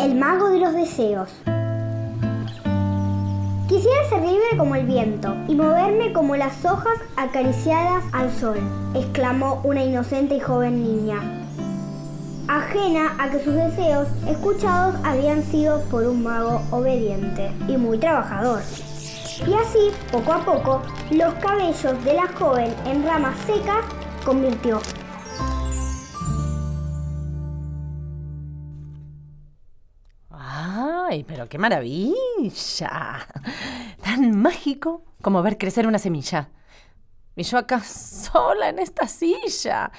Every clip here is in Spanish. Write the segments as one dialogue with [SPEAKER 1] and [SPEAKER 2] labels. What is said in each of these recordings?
[SPEAKER 1] El mago de los deseos. Quisiera ser libre como el viento y moverme como las hojas acariciadas al sol, exclamó una inocente y joven niña. Ajena a que sus deseos escuchados habían sido por un mago obediente y muy trabajador. Y así, poco a poco, los cabellos de la joven en ramas secas convirtió
[SPEAKER 2] ¡Ay, pero qué maravilla! Tan mágico como ver crecer una semilla. Y yo acá sola en esta silla.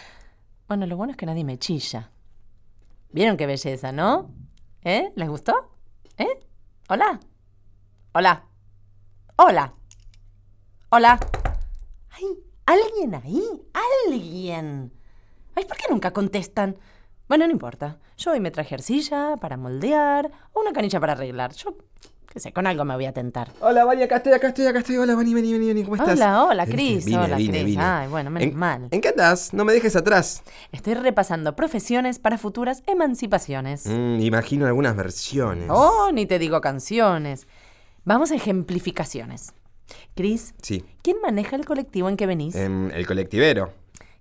[SPEAKER 2] Bueno, lo bueno es que nadie me chilla. ¿Vieron qué belleza, no? ¿Eh? ¿Les gustó? ¿Eh? ¿Hola? ¿Hola? ¿Hola? ¿Hola? ¡Ay! ¿Alguien ahí? ¿Alguien? Ay, ¿por qué nunca contestan? Bueno, no importa. Yo hoy me traje arcilla para moldear o una canilla para arreglar. Yo, qué sé, con algo me voy a tentar.
[SPEAKER 3] Hola, Vani, acá estoy, acá estoy, acá estoy. Hola, Vani, vení, vení, vení, ¿cómo estás?
[SPEAKER 2] Hola, hola,
[SPEAKER 3] Vente,
[SPEAKER 2] Cris.
[SPEAKER 3] vine,
[SPEAKER 2] Hola,
[SPEAKER 3] vine,
[SPEAKER 2] Cris.
[SPEAKER 3] vine.
[SPEAKER 2] Ay, bueno, menos
[SPEAKER 3] ¿En,
[SPEAKER 2] mal.
[SPEAKER 3] ¿En qué andás? No me dejes atrás.
[SPEAKER 2] Estoy repasando profesiones para futuras emancipaciones.
[SPEAKER 3] Mm, imagino algunas versiones.
[SPEAKER 2] Oh, ni te digo canciones. Vamos a ejemplificaciones. Cris,
[SPEAKER 3] Sí.
[SPEAKER 2] ¿quién maneja el colectivo en que venís?
[SPEAKER 3] Em, el colectivero.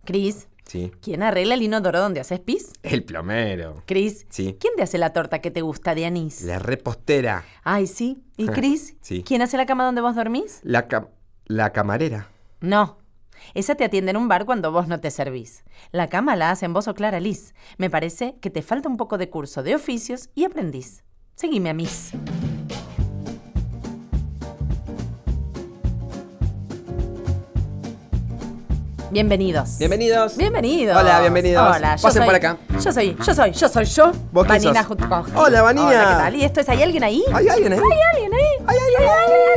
[SPEAKER 2] Cris,
[SPEAKER 3] Sí.
[SPEAKER 2] ¿quién arregla el inodoro donde haces pis?
[SPEAKER 3] El plomero.
[SPEAKER 2] Cris,
[SPEAKER 3] Sí.
[SPEAKER 2] ¿quién te hace la torta que te gusta de anís?
[SPEAKER 3] La repostera.
[SPEAKER 2] Ay, sí. ¿Y Cris?
[SPEAKER 3] Ah, Sí.
[SPEAKER 2] ¿Quién hace la cama donde vos dormís?
[SPEAKER 3] La, ca- la camarera.
[SPEAKER 2] No. Esa te atiende en un bar cuando vos no te servís. La cama la hacen vos o Clara Liz. Me parece que te falta un poco de curso de oficios y aprendiz. Seguime a mis. Bienvenidos.
[SPEAKER 3] Bienvenidos.
[SPEAKER 2] Bienvenidos.
[SPEAKER 3] Hola, bienvenidos.
[SPEAKER 2] Hola, yo
[SPEAKER 3] Pasen
[SPEAKER 2] soy-
[SPEAKER 3] por acá.
[SPEAKER 2] Yo soy, yo soy, yo soy yo.
[SPEAKER 3] ¿Vos quién
[SPEAKER 2] Vanina
[SPEAKER 3] sos?
[SPEAKER 2] Jutko.
[SPEAKER 3] Hola, Vanina.
[SPEAKER 2] Hola, ¿qué tal? ¿Y esto es? ¿Hay alguien ahí?
[SPEAKER 3] ¿Hay alguien ahí?
[SPEAKER 2] ¡Hay alguien ahí! ¡Hay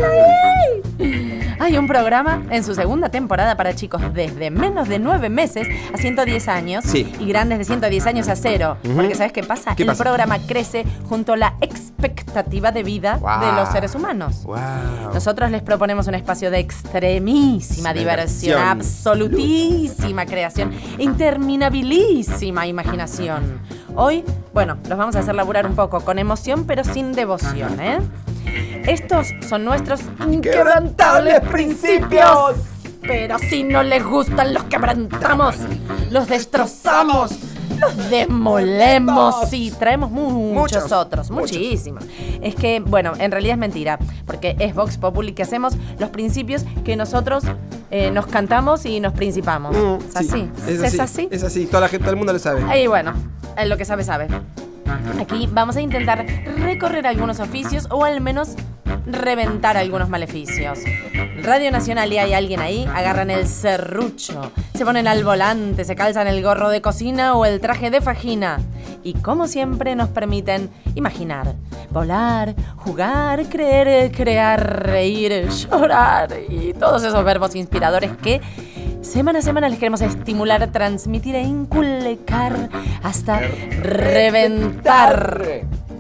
[SPEAKER 2] alguien ahí! Hay un programa en su segunda temporada para chicos desde menos de 9 meses a 110 años
[SPEAKER 3] Sí.
[SPEAKER 2] y grandes de 110 años a cero.
[SPEAKER 3] Ujú.
[SPEAKER 2] Porque ¿sabes qué pasa?
[SPEAKER 3] ¿Qué
[SPEAKER 2] El
[SPEAKER 3] pasa?
[SPEAKER 2] programa crece junto a la expectativa de vida de
[SPEAKER 3] Guau.
[SPEAKER 2] los seres humanos.
[SPEAKER 3] Wow.
[SPEAKER 2] Nosotros les proponemos un espacio de extremísima
[SPEAKER 3] Una
[SPEAKER 2] diversión,
[SPEAKER 3] diversión.
[SPEAKER 2] absolutísima creación, interminabilísima imaginación. Hoy, bueno, los vamos a hacer laburar un poco, con emoción pero sin devoción, ¿eh? Estos son nuestros inquebrantables principios. Pero si no les gustan, los quebrantamos, los destrozamos, los demolemos y traemos muchos,
[SPEAKER 3] Muchos,
[SPEAKER 2] otros,
[SPEAKER 3] muchos.
[SPEAKER 2] muchísimos. Es que, bueno, en realidad es mentira, porque es Vox Populi que hacemos los principios que nosotros eh, nos cantamos y nos principamos.
[SPEAKER 3] Mm,
[SPEAKER 2] Oh, ¿Es
[SPEAKER 3] sí,
[SPEAKER 2] así?
[SPEAKER 3] Es así.
[SPEAKER 2] ¿Es así?
[SPEAKER 3] Es así. Toda la gente del mundo lo sabe.
[SPEAKER 2] Y bueno, en lo que sabe, sabe. Aquí vamos a intentar recorrer algunos oficios o al menos reventar algunos maleficios. Radio Nacional y hay alguien ahí, agarran el serrucho, se ponen al volante, se calzan el gorro de cocina o el traje de fajina. Y como siempre nos permiten imaginar, volar, jugar, creer, eh, crear, reír, llorar y todos esos verbos inspiradores que Semana a semana les queremos estimular, transmitir e inculcar hasta reventar.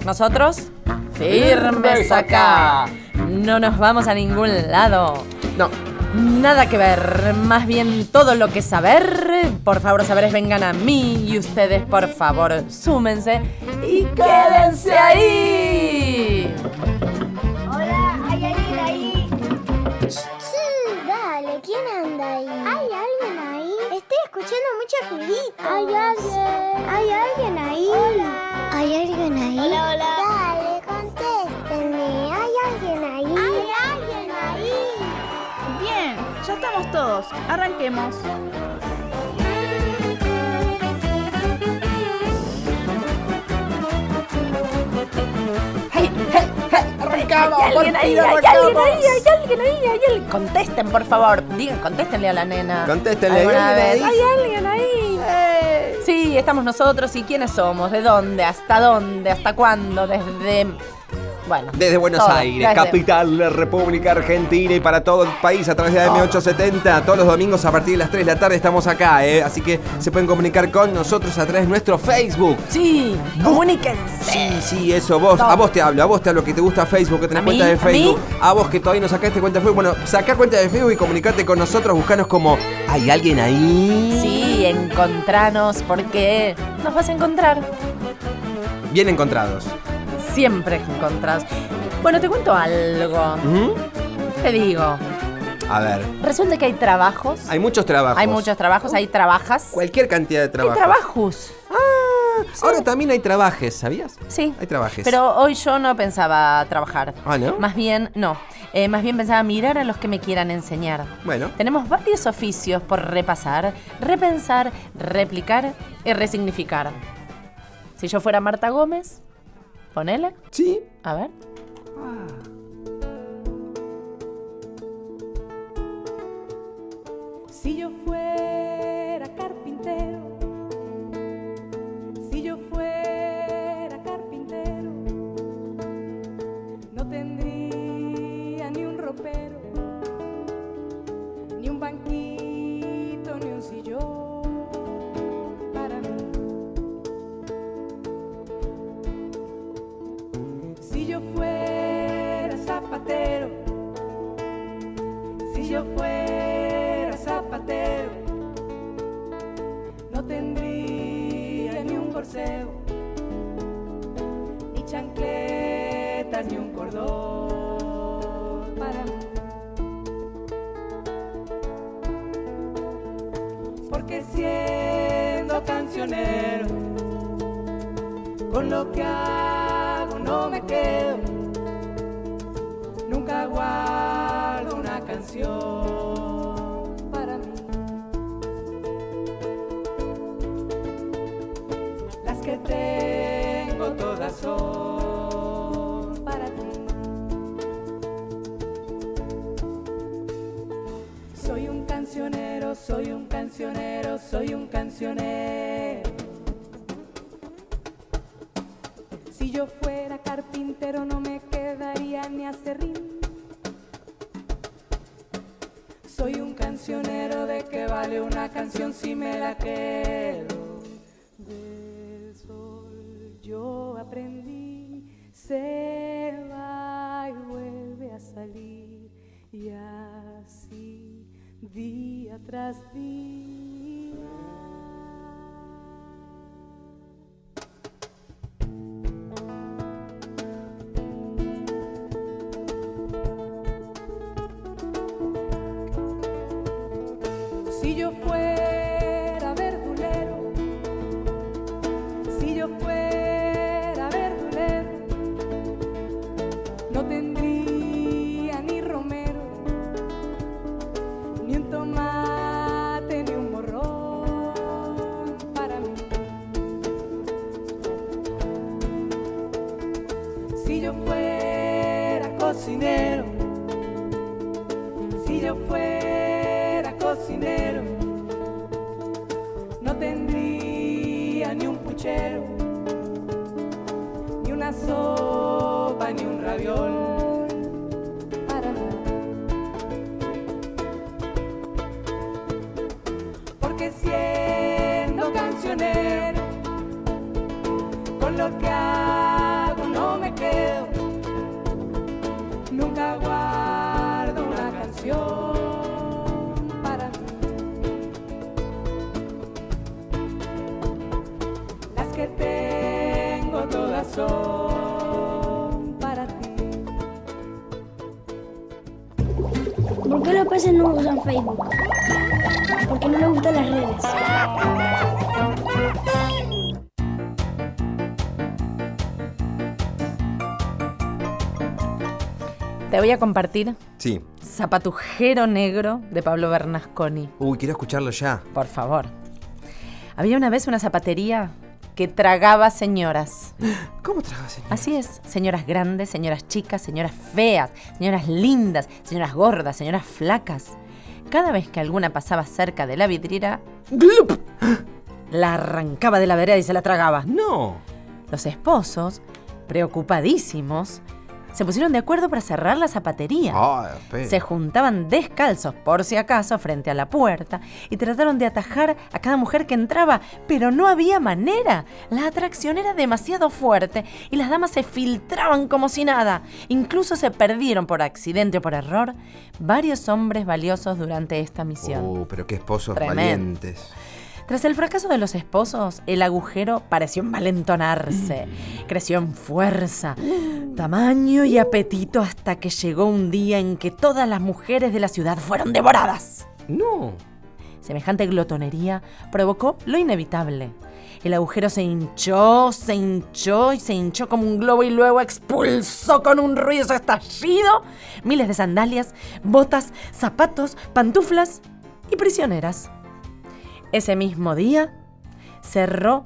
[SPEAKER 2] Nosotros, firmes acá. No nos vamos a ningún lado.
[SPEAKER 3] No.
[SPEAKER 2] Nada que ver, más bien todo lo que saber. Por favor, saberes vengan a mí y ustedes, por favor, súmense y quédense ahí.
[SPEAKER 1] Hola, ¿hay alguien ahí? dale, ¿quién anda ahí? ¿Hay alguien ahí? Estoy escuchando muchos ruiditos. ¿Hay alguien? ¿Hay alguien ahí? ¿Hay alguien ahí? Hola, hola. Dale, contéstenme. ¿Hay alguien ahí? ¿Hay alguien ahí?
[SPEAKER 4] Bien, ya estamos todos. Arranquemos.
[SPEAKER 2] ¡Hey, hey, hey!
[SPEAKER 3] Arrancamos,
[SPEAKER 2] ¡Hay alguien
[SPEAKER 3] por
[SPEAKER 2] ahí!
[SPEAKER 3] fin
[SPEAKER 2] ¡Hay alguien
[SPEAKER 3] arrancamos.
[SPEAKER 2] ahí! ¡Hay alguien ahí! ¡Hay alguien! Contesten, por favor. Digan, contéstenle a la nena.
[SPEAKER 3] Contéstenle,
[SPEAKER 2] ¿Alguna
[SPEAKER 3] ¿hay
[SPEAKER 2] vez?
[SPEAKER 3] alguien ahí?
[SPEAKER 2] ¡Hay alguien ahí! Sí, estamos nosotros. ¿Y quiénes somos? ¿De dónde? ¿Hasta dónde? ¿Hasta cuándo? Desde... Bueno.
[SPEAKER 3] Desde Buenos
[SPEAKER 2] todo.
[SPEAKER 3] Aires,
[SPEAKER 2] Desde-
[SPEAKER 3] capital de la República Argentina y para todo el país a través de M870. Todos los domingos a partir de las 3 de la tarde estamos acá, ¿eh? Así que se pueden comunicar con nosotros a través de nuestro Facebook.
[SPEAKER 2] Sí, comuníquense.
[SPEAKER 3] Sí, sí, eso, vos.
[SPEAKER 2] No.
[SPEAKER 3] A vos te hablo, a vos te hablo que te gusta Facebook, que tenés
[SPEAKER 2] ¿A
[SPEAKER 3] cuenta
[SPEAKER 2] mí?
[SPEAKER 3] de
[SPEAKER 2] ¿A mí?
[SPEAKER 3] Facebook. A, vos que todavía no sacaste cuenta de Facebook. Bueno, sacá cuenta de Facebook y comunicate con nosotros. Buscanos como, ¿hay alguien ahí?
[SPEAKER 2] Sí, encontranos porque nos vas a encontrar.
[SPEAKER 3] Bien encontrados.
[SPEAKER 2] siempre encontrás. Bueno, te cuento algo.
[SPEAKER 3] Ujú.
[SPEAKER 2] Te digo.
[SPEAKER 3] A ver,
[SPEAKER 2] Resulta que hay trabajos.
[SPEAKER 3] hay muchos trabajos.
[SPEAKER 2] Hay muchos trabajos, hay trabajas.
[SPEAKER 3] Cualquier cantidad de
[SPEAKER 2] Hay
[SPEAKER 3] trabajos.
[SPEAKER 2] trabajos.
[SPEAKER 3] Ah, Ahora también hay trabajes, ¿sabías?
[SPEAKER 2] Sí.
[SPEAKER 3] Hay trabajes.
[SPEAKER 2] Pero hoy yo no pensaba trabajar.
[SPEAKER 3] Ah, ¿no?
[SPEAKER 2] Más bien, no. Eh, más bien pensaba mirar a los que me quieran enseñar.
[SPEAKER 3] Bueno.
[SPEAKER 2] Tenemos varios oficios por repasar, repensar, replicar y resignificar. Si yo fuera Marta Gómez, ponele,
[SPEAKER 3] Sí.
[SPEAKER 2] a ver.
[SPEAKER 5] Si yo fuera carpintero, si yo fuera carpintero, no tendría ni un ropero, ni un banquito, ni un sillón para mí. Si yo fuera zapatero, si yo fuera zapatero, no tendría ni un corseo, ni chancletas, ni un cordón para mí. Porque siendo cancionero, con lo que hago no me quedo nunca guardo una canción para mí. Las que tengo todas son para ti. Soy un cancionero, soy un cancionero, soy un cancionero. Si yo fuera carpintero no me quedaría ni acerrín. Soy un cancionero de que vale una canción si me la quedo. Del sol yo aprendí, se va y vuelve a salir. Y así día tras día. Si yo fuera verdulero, si yo fuera verdulero, no tendría ni romero, ni un tomate, ni un morrón para mí. Si yo fuera cocinero, si yo fuera cocinero, no tendría ni un puchero, ni una sopa, ni un raviol para mí. Porque siendo cancionero, con lo que hago no me quedo nunca guardo una canción para mí. Las que tengo todas son para ti.
[SPEAKER 1] ¿Por qué los peces no usan Facebook? Porque no les gustan las redes.
[SPEAKER 2] Te voy a compartir
[SPEAKER 3] Sí.
[SPEAKER 2] Zapatujero Negro de Pablo Bernasconi.
[SPEAKER 3] Uy, quiero escucharlo ya.
[SPEAKER 2] Por favor. Había una vez una zapatería que tragaba señoras.
[SPEAKER 3] ¿Cómo trabajas, señor?
[SPEAKER 2] Así es, señoras grandes, señoras chicas, señoras feas, señoras lindas, señoras gordas, señoras flacas. Cada vez que alguna pasaba cerca de la vidriera, ¡glup! la arrancaba de la vereda y se la tragaba.
[SPEAKER 3] No.
[SPEAKER 2] Los esposos, preocupadísimos, se pusieron de acuerdo para cerrar la zapatería.
[SPEAKER 3] Ah, pe-
[SPEAKER 2] Se juntaban descalzos, por si acaso, frente a la puerta y trataron de atajar a cada mujer que entraba, pero no había manera. La atracción era demasiado fuerte y las damas se filtraban como si nada. Incluso se perdieron por accidente o por error varios hombres valiosos durante esta misión.
[SPEAKER 3] Uh, pero qué esposos
[SPEAKER 2] Tremendo.
[SPEAKER 3] valientes.
[SPEAKER 2] Tras el fracaso de los esposos, el agujero pareció envalentonarse. Creció en fuerza, tamaño y apetito hasta que llegó un día en que todas las mujeres de la ciudad fueron devoradas.
[SPEAKER 3] No.
[SPEAKER 2] Semejante glotonería provocó lo inevitable. El agujero se hinchó, se hinchó y se hinchó como un globo y luego expulsó con un ruido estallido miles de sandalias, botas, zapatos, pantuflas y prisioneras. Ese mismo día cerró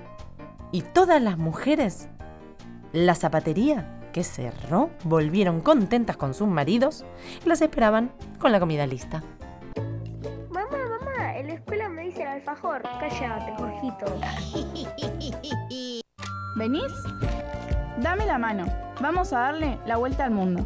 [SPEAKER 2] y todas las mujeres, la zapatería que cerró, volvieron contentas con sus maridos y las esperaban con la comida lista.
[SPEAKER 1] Mamá, mamá, en la escuela me dicen alfajor. Cállate, Jorgito.
[SPEAKER 4] ¿Venís? Dame la mano. Vamos a darle la vuelta al mundo.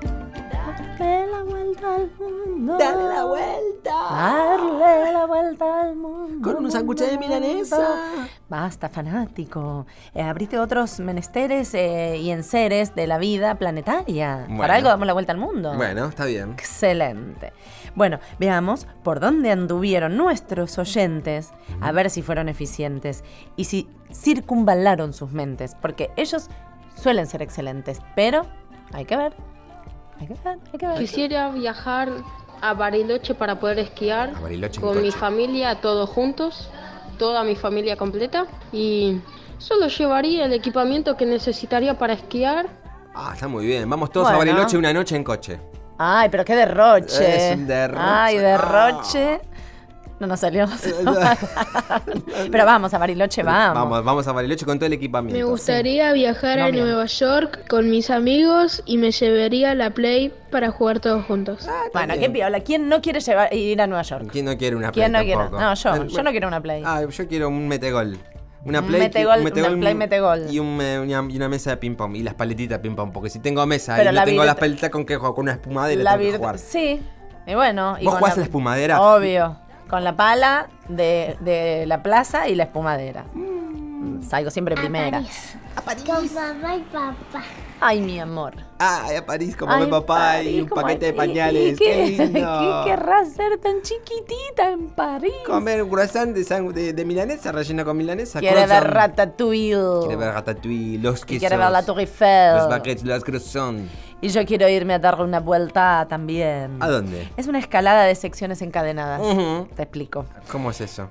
[SPEAKER 2] Darle la vuelta al mundo. Darle la vuelta. Darle la vuelta al mundo.
[SPEAKER 3] Con un sándwich de milanesa.
[SPEAKER 2] Basta, fanático. Eh, abrite otros menesteres eh, y enseres de la vida planetaria.
[SPEAKER 3] Bueno.
[SPEAKER 2] Para algo damos la vuelta al mundo.
[SPEAKER 3] Bueno, está bien.
[SPEAKER 2] Excelente. Bueno, veamos por dónde anduvieron nuestros oyentes, a ver si fueron eficientes y si circunvalaron sus mentes, porque ellos suelen ser excelentes, pero hay que ver. Hay que ver, Ah, hay que ver.
[SPEAKER 6] Quisiera viajar a Bariloche para poder esquiar
[SPEAKER 3] A Bariloche en
[SPEAKER 6] con mi
[SPEAKER 3] coche.
[SPEAKER 6] familia, todos juntos, toda mi familia completa. Y solo llevaría el equipamiento que necesitaría para esquiar.
[SPEAKER 3] Ah, está muy bien. Vamos todos a
[SPEAKER 2] Bueno.
[SPEAKER 3] Bariloche una noche en coche.
[SPEAKER 2] Ay, pero qué derroche.
[SPEAKER 3] Es un derroche.
[SPEAKER 2] Ay, derroche. No nos salió. pero vamos, a Bariloche vamos.
[SPEAKER 3] Vamos, vamos a Bariloche con todo el
[SPEAKER 7] Me
[SPEAKER 3] equipamiento.
[SPEAKER 7] gustaría viajar
[SPEAKER 2] No,
[SPEAKER 7] a
[SPEAKER 2] mira.
[SPEAKER 7] Nueva York con mis amigos y me llevaría la Play para jugar todos juntos.
[SPEAKER 1] Ah,
[SPEAKER 2] Bueno, qué piola. ¿Quién no quiere llevar, ir a Nueva York?
[SPEAKER 3] ¿Quién no quiere una play?
[SPEAKER 2] ¿Quién no quiere?
[SPEAKER 3] tampoco?
[SPEAKER 2] No, yo.
[SPEAKER 3] Bueno,
[SPEAKER 2] Yo no quiero una play.
[SPEAKER 3] Ah, yo quiero un metegol. Una
[SPEAKER 2] Un
[SPEAKER 3] play, que-
[SPEAKER 2] metegol, una play metegol.
[SPEAKER 3] Y, un, eh, una, y una mesa de ping-pong. Y las paletitas de ping-pong. Porque si tengo mesa
[SPEAKER 2] Pero
[SPEAKER 3] y
[SPEAKER 2] la
[SPEAKER 3] no tengo
[SPEAKER 2] vir-
[SPEAKER 3] las paletitas con que juego, con una espumada y la, tengo que
[SPEAKER 2] vir-
[SPEAKER 3] jugar.
[SPEAKER 2] Sí. Y bueno. y
[SPEAKER 3] ¿Vos
[SPEAKER 2] con
[SPEAKER 3] jugás a la espumadera?
[SPEAKER 2] Obvio. Con la pala de, de la plaza y la espumadera.
[SPEAKER 3] Mm.
[SPEAKER 2] Salgo siempre primera.
[SPEAKER 1] Con mamá y papá.
[SPEAKER 2] Ay, mi amor.
[SPEAKER 3] Ay, a París como
[SPEAKER 2] Ay,
[SPEAKER 3] mi papá y
[SPEAKER 2] París,
[SPEAKER 3] un
[SPEAKER 2] como-
[SPEAKER 3] paquete de
[SPEAKER 2] y- y
[SPEAKER 3] pañales.
[SPEAKER 2] qué-
[SPEAKER 3] qué lindo.
[SPEAKER 2] ¿Qué querrás ser tan chiquitita en París?
[SPEAKER 3] Comer un croissant de, sang- de, de milanesa, relleno con milanesa.
[SPEAKER 2] Quiere ver
[SPEAKER 3] croissant.
[SPEAKER 2] Ratatouille.
[SPEAKER 3] Quiere ver ratatouille, los
[SPEAKER 2] Y
[SPEAKER 3] quesos.
[SPEAKER 2] quiere ver la Tour
[SPEAKER 3] Los
[SPEAKER 2] Eiffel.
[SPEAKER 3] baguettes, las croissants.
[SPEAKER 2] Y yo quiero irme a darle una vuelta también.
[SPEAKER 3] ¿A dónde?
[SPEAKER 2] Es una escalada de secciones encadenadas.
[SPEAKER 3] Ujú.
[SPEAKER 2] Te explico.
[SPEAKER 3] ¿Cómo es eso?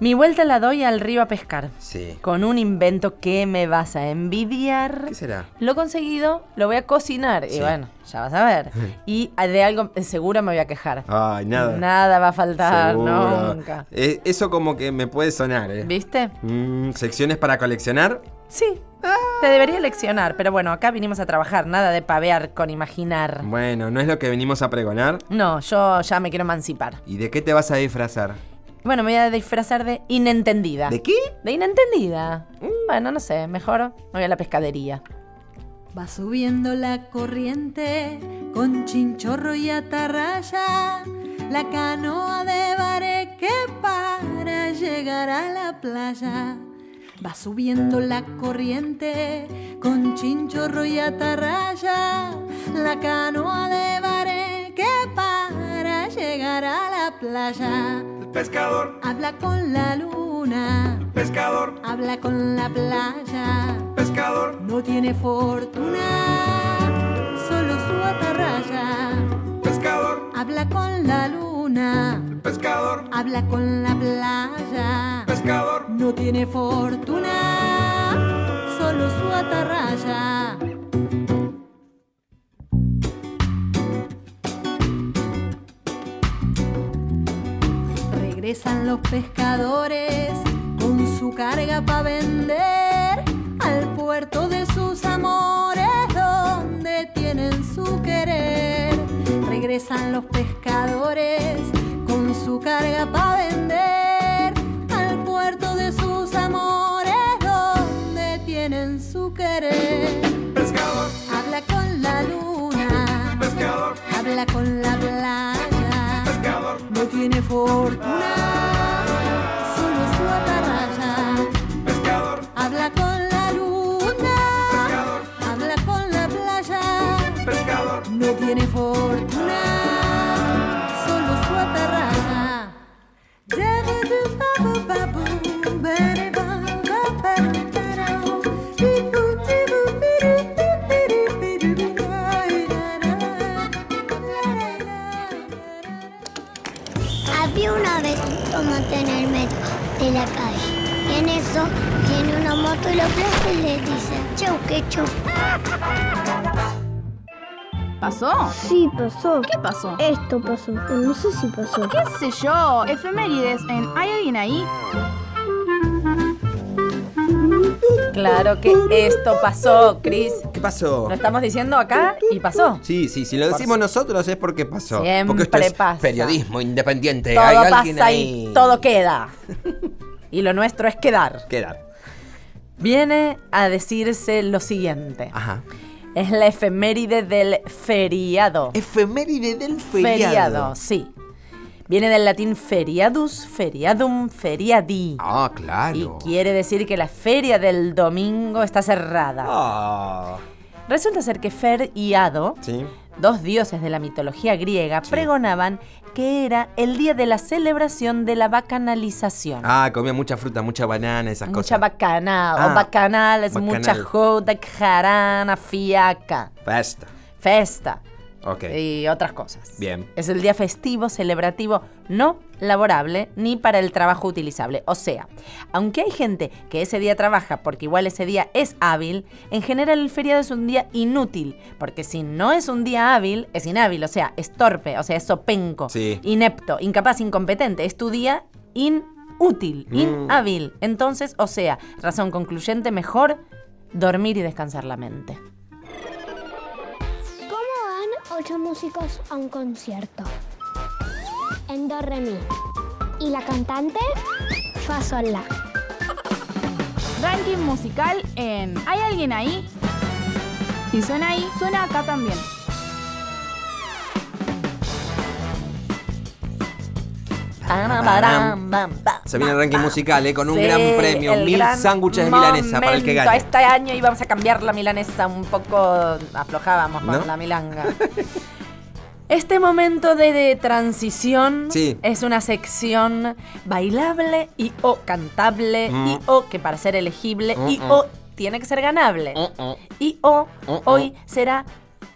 [SPEAKER 2] Mi vuelta la doy al río a pescar.
[SPEAKER 3] Sí.
[SPEAKER 2] Con un invento que me vas a envidiar.
[SPEAKER 3] ¿Qué será?
[SPEAKER 2] Lo conseguido, lo voy a cocinar.
[SPEAKER 3] Sí.
[SPEAKER 2] Y bueno, ya vas a ver. Y de algo eh, seguro me voy a quejar.
[SPEAKER 3] Ay, nada.
[SPEAKER 2] Nada va a faltar,
[SPEAKER 3] Seguro.
[SPEAKER 2] nunca.
[SPEAKER 3] Eh, eso como que me puede sonar, ¿eh?
[SPEAKER 2] ¿Viste?
[SPEAKER 3] Mm, Secciones para coleccionar.
[SPEAKER 2] Sí.
[SPEAKER 3] Ah.
[SPEAKER 2] Te debería leccionar, pero bueno, acá vinimos a trabajar, nada de pavear con imaginar.
[SPEAKER 3] Bueno, no es lo que venimos a pregonar.
[SPEAKER 2] Ah. No, yo ya me quiero emancipar.
[SPEAKER 3] ¿Y de qué te vas a disfrazar?
[SPEAKER 2] Bueno, me voy a disfrazar de inentendida.
[SPEAKER 3] ¿De qué? Mm.
[SPEAKER 2] De inentendida. Bueno, no sé, mejor me voy a la pescadería.
[SPEAKER 8] Va subiendo la corriente con chinchorro y atarraya, la canoa de Bareque para llegar a la playa. Va subiendo la corriente con chinchorro y atarraya, la canoa de Bareque para llegar a la playa.
[SPEAKER 5] Pescador,
[SPEAKER 8] Habla con la luna,
[SPEAKER 5] pescador,
[SPEAKER 8] habla con la playa.
[SPEAKER 5] pescador.
[SPEAKER 8] No tiene fortuna, solo su atarraya.
[SPEAKER 5] Pescador,
[SPEAKER 8] Habla con la luna,
[SPEAKER 5] pescador,
[SPEAKER 8] habla con la playa.
[SPEAKER 5] pescador.
[SPEAKER 8] No tiene fortuna, solo su atarraya. Regresan los pescadores con su carga para vender al puerto de sus amores donde tienen su querer. Regresan los pescadores con su carga para vender al puerto de sus amores donde tienen su querer. Habla con la luna, habla con la playa no tiene fortuna, solo su atarraya. Habla con la luna, habla con la playa. No tiene fortuna,
[SPEAKER 1] lo mata en el metro de la calle. Y en eso tiene una moto y lo aplasta y le dice, chau, que chau.
[SPEAKER 4] ¿Pasó?
[SPEAKER 1] Sí, pasó.
[SPEAKER 4] ¿Qué pasó?
[SPEAKER 1] Esto pasó. Eh, No sé si pasó.
[SPEAKER 4] ¿Qué sé yo? Efemérides en ¿Hay alguien ahí?
[SPEAKER 2] Claro que esto pasó, Chris.
[SPEAKER 3] ¿Qué pasó?
[SPEAKER 2] Lo estamos diciendo acá y pasó.
[SPEAKER 3] Sí, sí, si lo decimos nosotros es porque pasó.
[SPEAKER 2] Siempre
[SPEAKER 3] porque esto es
[SPEAKER 2] pasa.
[SPEAKER 3] periodismo independiente. Eh, Hay
[SPEAKER 2] Todo
[SPEAKER 3] alguien
[SPEAKER 2] pasa
[SPEAKER 3] ahí.
[SPEAKER 2] y todo queda. Y lo nuestro es quedar.
[SPEAKER 3] Quedar.
[SPEAKER 2] Viene a decirse lo siguiente.
[SPEAKER 3] Ajá.
[SPEAKER 2] Es la efeméride del feriado.
[SPEAKER 3] Efeméride del
[SPEAKER 2] Feriado,
[SPEAKER 3] feriado.
[SPEAKER 2] sí. Viene del latín feriadus, feriadum, feriadi.
[SPEAKER 3] Ah, claro.
[SPEAKER 2] Y quiere decir que la feria del domingo está cerrada.
[SPEAKER 3] Ah,
[SPEAKER 2] Resulta ser que Fer y Ado,
[SPEAKER 3] sí.
[SPEAKER 2] dos dioses de la mitología griega, pregonaban que era el día de la celebración de la bacanalización.
[SPEAKER 3] Ah, comía mucha fruta, mucha banana, esas
[SPEAKER 2] mucha
[SPEAKER 3] cosas.
[SPEAKER 2] bacana,
[SPEAKER 3] Ah,
[SPEAKER 2] o bacanal, es mucha
[SPEAKER 3] bacanal.
[SPEAKER 2] joda, jarana, fiaca,
[SPEAKER 3] Basta.
[SPEAKER 2] festa
[SPEAKER 3] Ok.
[SPEAKER 2] y otras cosas.
[SPEAKER 3] Bien.
[SPEAKER 2] Es el día festivo, celebrativo, no laborable ni para el trabajo utilizable. O sea, aunque hay gente que ese día trabaja porque igual ese día es hábil, en general el feriado es un día inútil, porque si no es un día hábil, es inhábil, o sea, es torpe, o sea, es sopenco,
[SPEAKER 3] Sí.
[SPEAKER 2] inepto, incapaz, incompetente. Es tu día inútil, inhábil. Entonces, o sea, razón concluyente, mejor dormir y descansar la mente.
[SPEAKER 1] ¿Cómo van ocho músicos a un concierto? En do, re, mi. Y la cantante, fa, sol, la.
[SPEAKER 4] Ranking musical en ¿Hay alguien ahí? Si suena ahí, suena acá también.
[SPEAKER 2] Parabaram, bam, bam.
[SPEAKER 3] Se viene el ranking musical, ¿eh? Con un
[SPEAKER 2] Ah, Sí,
[SPEAKER 3] gran premio.
[SPEAKER 2] el
[SPEAKER 3] Mil
[SPEAKER 2] gran
[SPEAKER 3] sándwiches de milanesa para el que
[SPEAKER 2] momento.
[SPEAKER 3] gane.
[SPEAKER 2] Este año íbamos a cambiar la milanesa un poco. Aflojábamos con
[SPEAKER 3] ¿No?
[SPEAKER 2] la milanga. Este momento de, de transición
[SPEAKER 3] Sí.
[SPEAKER 2] es una sección bailable y o cantable
[SPEAKER 3] Mm.
[SPEAKER 2] y o que para ser elegible y
[SPEAKER 3] Mm, mm.
[SPEAKER 2] o tiene que ser ganable
[SPEAKER 3] Uh-uh.
[SPEAKER 2] y o
[SPEAKER 3] Mm, mm.
[SPEAKER 2] hoy será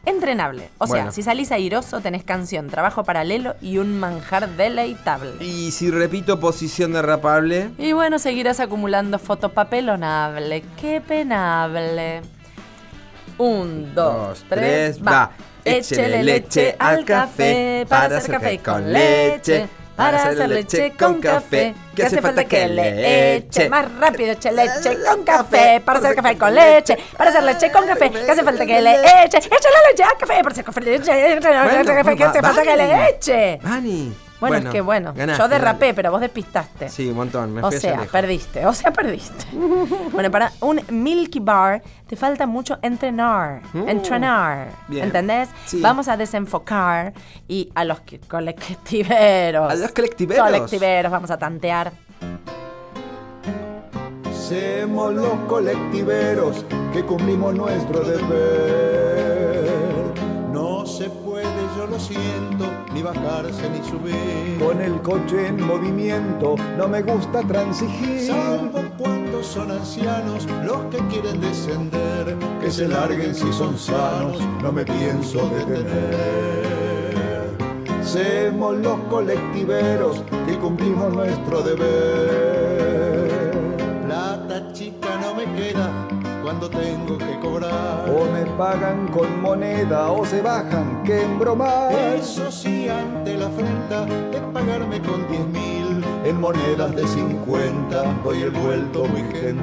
[SPEAKER 2] entrenable. O sea,
[SPEAKER 3] Bueno.
[SPEAKER 2] si salís airoso tenés canción, trabajo paralelo y un manjar deleitable.
[SPEAKER 3] Y si repito posición derrapable,
[SPEAKER 2] Y bueno, seguirás acumulando fotopapelonable. ¡Qué penable! Un, dos, tres, va. Échele leche al café para hacer café con leche. Para hacer leche con café, que hace falta que le eche más rápido, eche leche con café, para hacer café con leche, para hacer leche con café, que hace falta que le eche, eche la leche al café, para hacer café, leche, que hace falta que le eche.
[SPEAKER 3] Vani.
[SPEAKER 2] Bueno, es que bueno,
[SPEAKER 3] ganaste,
[SPEAKER 2] yo derrapé,
[SPEAKER 3] dale.
[SPEAKER 2] pero vos despistaste.
[SPEAKER 3] Sí, un montón. Me
[SPEAKER 2] O
[SPEAKER 3] fui hacia
[SPEAKER 2] sea,
[SPEAKER 3] lejos.
[SPEAKER 2] perdiste, o sea, perdiste. bueno, para un Milky Bar te falta mucho entrenar, entrenar,
[SPEAKER 3] Mm. bien.
[SPEAKER 2] ¿entendés?
[SPEAKER 3] Sí.
[SPEAKER 2] Vamos a desenfocar y a los que- colectiveros.
[SPEAKER 3] A los colectiveros.
[SPEAKER 2] Colectiveros, vamos a tantear.
[SPEAKER 9] Semos los colectiveros que cumplimos nuestro deber. No se puede, yo lo siento, ni bajarse ni subir. Con el coche en movimiento no me gusta transigir. Salvo cuando son ancianos los que quieren descender. Que se larguen si son sanos, no me pienso detener. Semos los colectiveros que cumplimos nuestro deber. Plata chica no me queda cuando tengo que cobrar. O me pagan con moneda o se bajan que embromar. Eso sí, ante la afrenta de pagarme con diez mil. En monedas de 50 doy el vuelto muy gentil.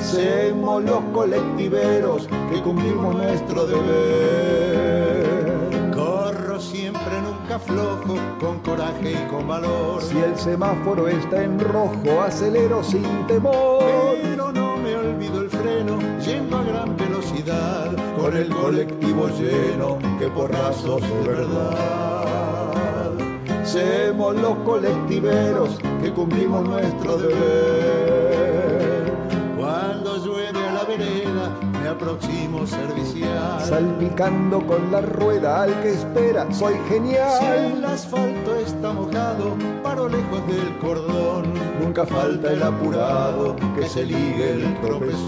[SPEAKER 9] Semos los colectiveros que cumplimos nuestro deber. Corro siempre, nunca flojo, con coraje y con valor. Si el semáforo está en rojo, acelero sin temor. Pero no me olvido el freno, yendo a gran velocidad, con el colectivo lleno, que porrazos de verdad. Semos los colectiveros que cumplimos nuestro deber. Cuando llueve a la vereda, me aproximo servicial. Salpicando con la rueda al que espera, soy genial. Si el asfalto está mojado, paro lejos del cordón. Nunca falta el apurado que se ligue el tropezón.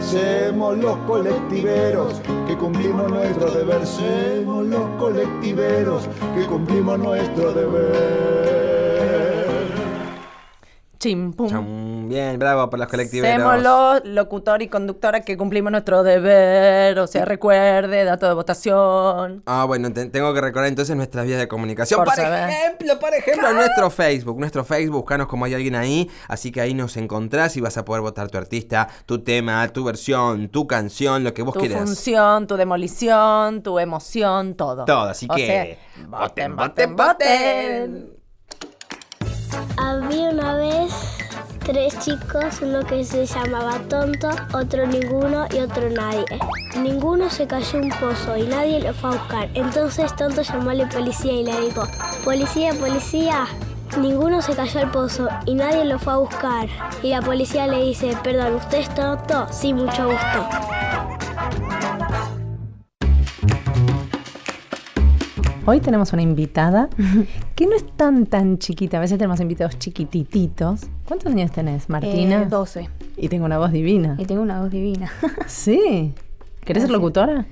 [SPEAKER 9] Semos los colectiveros que cumplimos nuestro deber. Semos los colectiveros que cumplimos nuestro deber.
[SPEAKER 2] Chimpum.
[SPEAKER 3] Chum, Bien, bravo por los colectiveros.
[SPEAKER 2] Semos los locutor y conductora que cumplimos nuestro deber, o sea, recuerde, dato de votación.
[SPEAKER 3] Ah, bueno, te- tengo que recordar entonces nuestras vías de comunicación.
[SPEAKER 2] Por
[SPEAKER 3] Por,
[SPEAKER 2] saber.
[SPEAKER 3] ejemplo, por ejemplo, nuestro Facebook. Nuestro Facebook, buscanos como hay alguien ahí. Así que ahí nos encontrás y vas a poder votar tu artista, tu tema, tu versión, tu canción, lo que vos
[SPEAKER 2] Tu
[SPEAKER 3] quieras.
[SPEAKER 2] función, tu demolición, tu emoción, todo.
[SPEAKER 3] Todo, así
[SPEAKER 2] O
[SPEAKER 3] que,
[SPEAKER 2] sea,
[SPEAKER 3] voten,
[SPEAKER 2] voten,
[SPEAKER 3] voten,
[SPEAKER 2] voten, voten.
[SPEAKER 10] Había una vez tres chicos, uno que se llamaba tonto, otro ninguno y otro nadie. Ninguno se cayó en un pozo y nadie lo fue a buscar. Entonces tonto llamó al policía y le dijo, policía, policía. Ninguno se cayó al pozo y nadie lo fue a buscar. Y la policía le dice, perdón, ¿usted es tonto? Sí, mucho gusto.
[SPEAKER 2] Hoy tenemos una invitada que no es tan tan chiquita. A veces tenemos invitados chiquitititos. ¿Cuántos años tenés, Martina? Ah.
[SPEAKER 11] Eh, 12.
[SPEAKER 2] Y tengo una voz divina.
[SPEAKER 11] Y tengo una voz divina.
[SPEAKER 2] Sí. ¿Querés ser
[SPEAKER 11] Gracias.
[SPEAKER 2] locutora?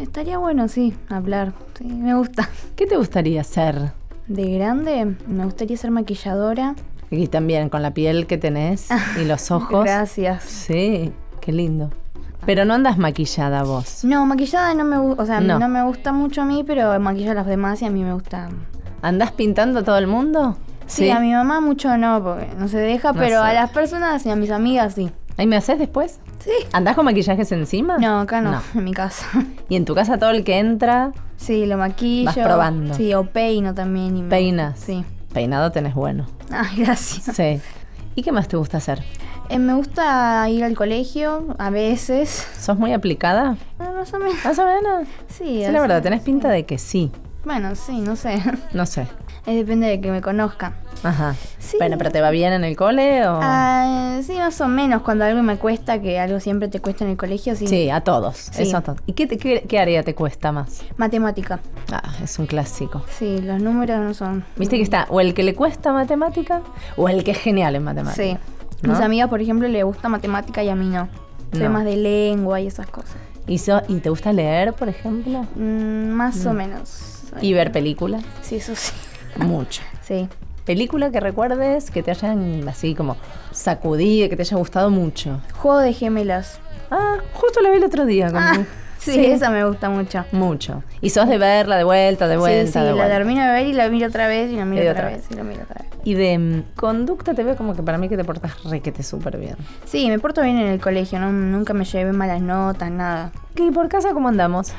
[SPEAKER 11] Estaría bueno, sí, hablar. Sí, me gusta.
[SPEAKER 2] ¿Qué te gustaría ser?
[SPEAKER 11] De grande, me gustaría ser maquilladora.
[SPEAKER 2] Y también con la piel que tenés y los ojos.
[SPEAKER 11] Gracias.
[SPEAKER 2] Sí, qué lindo. Pero no andas maquillada vos.
[SPEAKER 11] No, maquillada no me gusta, o sea,
[SPEAKER 2] No.
[SPEAKER 11] no. me gusta mucho a mí, pero maquillo a las demás y a mí me gusta.
[SPEAKER 2] ¿Andás pintando a todo el mundo?
[SPEAKER 11] Sí, a mi mamá mucho no, porque no se deja,
[SPEAKER 2] No
[SPEAKER 11] pero
[SPEAKER 2] sé.
[SPEAKER 11] a las personas y a mis amigas sí.
[SPEAKER 2] ¿Ahí me haces después? Sí. ¿Andás con maquillajes encima?
[SPEAKER 11] No, acá no,
[SPEAKER 2] No.
[SPEAKER 11] en mi casa.
[SPEAKER 2] Y en tu casa todo el que entra,
[SPEAKER 11] Sí, lo maquillo.
[SPEAKER 2] Vas probando.
[SPEAKER 11] Sí, o peino también. Y me-
[SPEAKER 2] peinas.
[SPEAKER 11] Sí.
[SPEAKER 2] Peinado tenés bueno.
[SPEAKER 11] Ay, gracias.
[SPEAKER 2] Sí. ¿Y qué más te gusta hacer?
[SPEAKER 11] Eh, me gusta ir al colegio a veces.
[SPEAKER 2] ¿Sos muy aplicada?
[SPEAKER 11] Ah, Más o menos.
[SPEAKER 2] Más o menos.
[SPEAKER 11] Sí,
[SPEAKER 2] Sí,
[SPEAKER 11] o
[SPEAKER 2] la verdad,
[SPEAKER 11] sea,
[SPEAKER 2] tenés pinta de que sí.
[SPEAKER 11] Bueno, sí, no sé.
[SPEAKER 2] No sé.
[SPEAKER 11] Eh, depende de que me conozcan.
[SPEAKER 2] Ajá.
[SPEAKER 11] Sí.
[SPEAKER 2] Bueno, pero ¿te va bien en el cole o...?
[SPEAKER 11] Ah, sí, más o menos. Cuando algo me cuesta, que algo siempre te cuesta en el colegio, sí.
[SPEAKER 2] Sí, ah. a todos. Eso a todos. ¿Y qué, te- qué, qué área te cuesta más?
[SPEAKER 11] Matemática.
[SPEAKER 2] Ah, es un clásico.
[SPEAKER 11] Sí, los números no son.
[SPEAKER 2] Viste que está o el que le cuesta matemática o el que es genial en matemática.
[SPEAKER 11] Sí.
[SPEAKER 2] ¿no?
[SPEAKER 11] Mis amigas, por ejemplo, le gusta matemática y a mí no. Soy
[SPEAKER 2] No.
[SPEAKER 11] más de lengua y esas cosas.
[SPEAKER 2] ¿Y, so- ¿Y te gusta leer, por ejemplo?
[SPEAKER 11] Mm, más o
[SPEAKER 2] Mm.
[SPEAKER 11] menos.
[SPEAKER 2] ¿Y ver películas?
[SPEAKER 11] Sí, eso sí.
[SPEAKER 2] Mucho.
[SPEAKER 11] Sí.
[SPEAKER 2] ¿Película que recuerdes que te hayan así como sacudido, que te haya gustado mucho?
[SPEAKER 11] Juego de gemelas. Ah,
[SPEAKER 2] Ah, justo la vi el otro día. con mi-
[SPEAKER 11] Sí, esa me gusta mucho.
[SPEAKER 2] Mucho. ¿Y sos de verla de vuelta, de vuelta,
[SPEAKER 11] sí, sí,
[SPEAKER 2] de
[SPEAKER 11] la
[SPEAKER 2] vuelta?
[SPEAKER 11] termino de ver y la miro otra vez y la miro
[SPEAKER 2] Y
[SPEAKER 11] otra,
[SPEAKER 2] otra
[SPEAKER 11] vez. y la miro otra vez.
[SPEAKER 2] Y de mm, conducta te veo como que para mí que te portas requete súper bien.
[SPEAKER 11] Sí, me porto bien en el colegio, no, nunca me llevé malas notas, nada.
[SPEAKER 2] ¿Y por casa cómo andamos?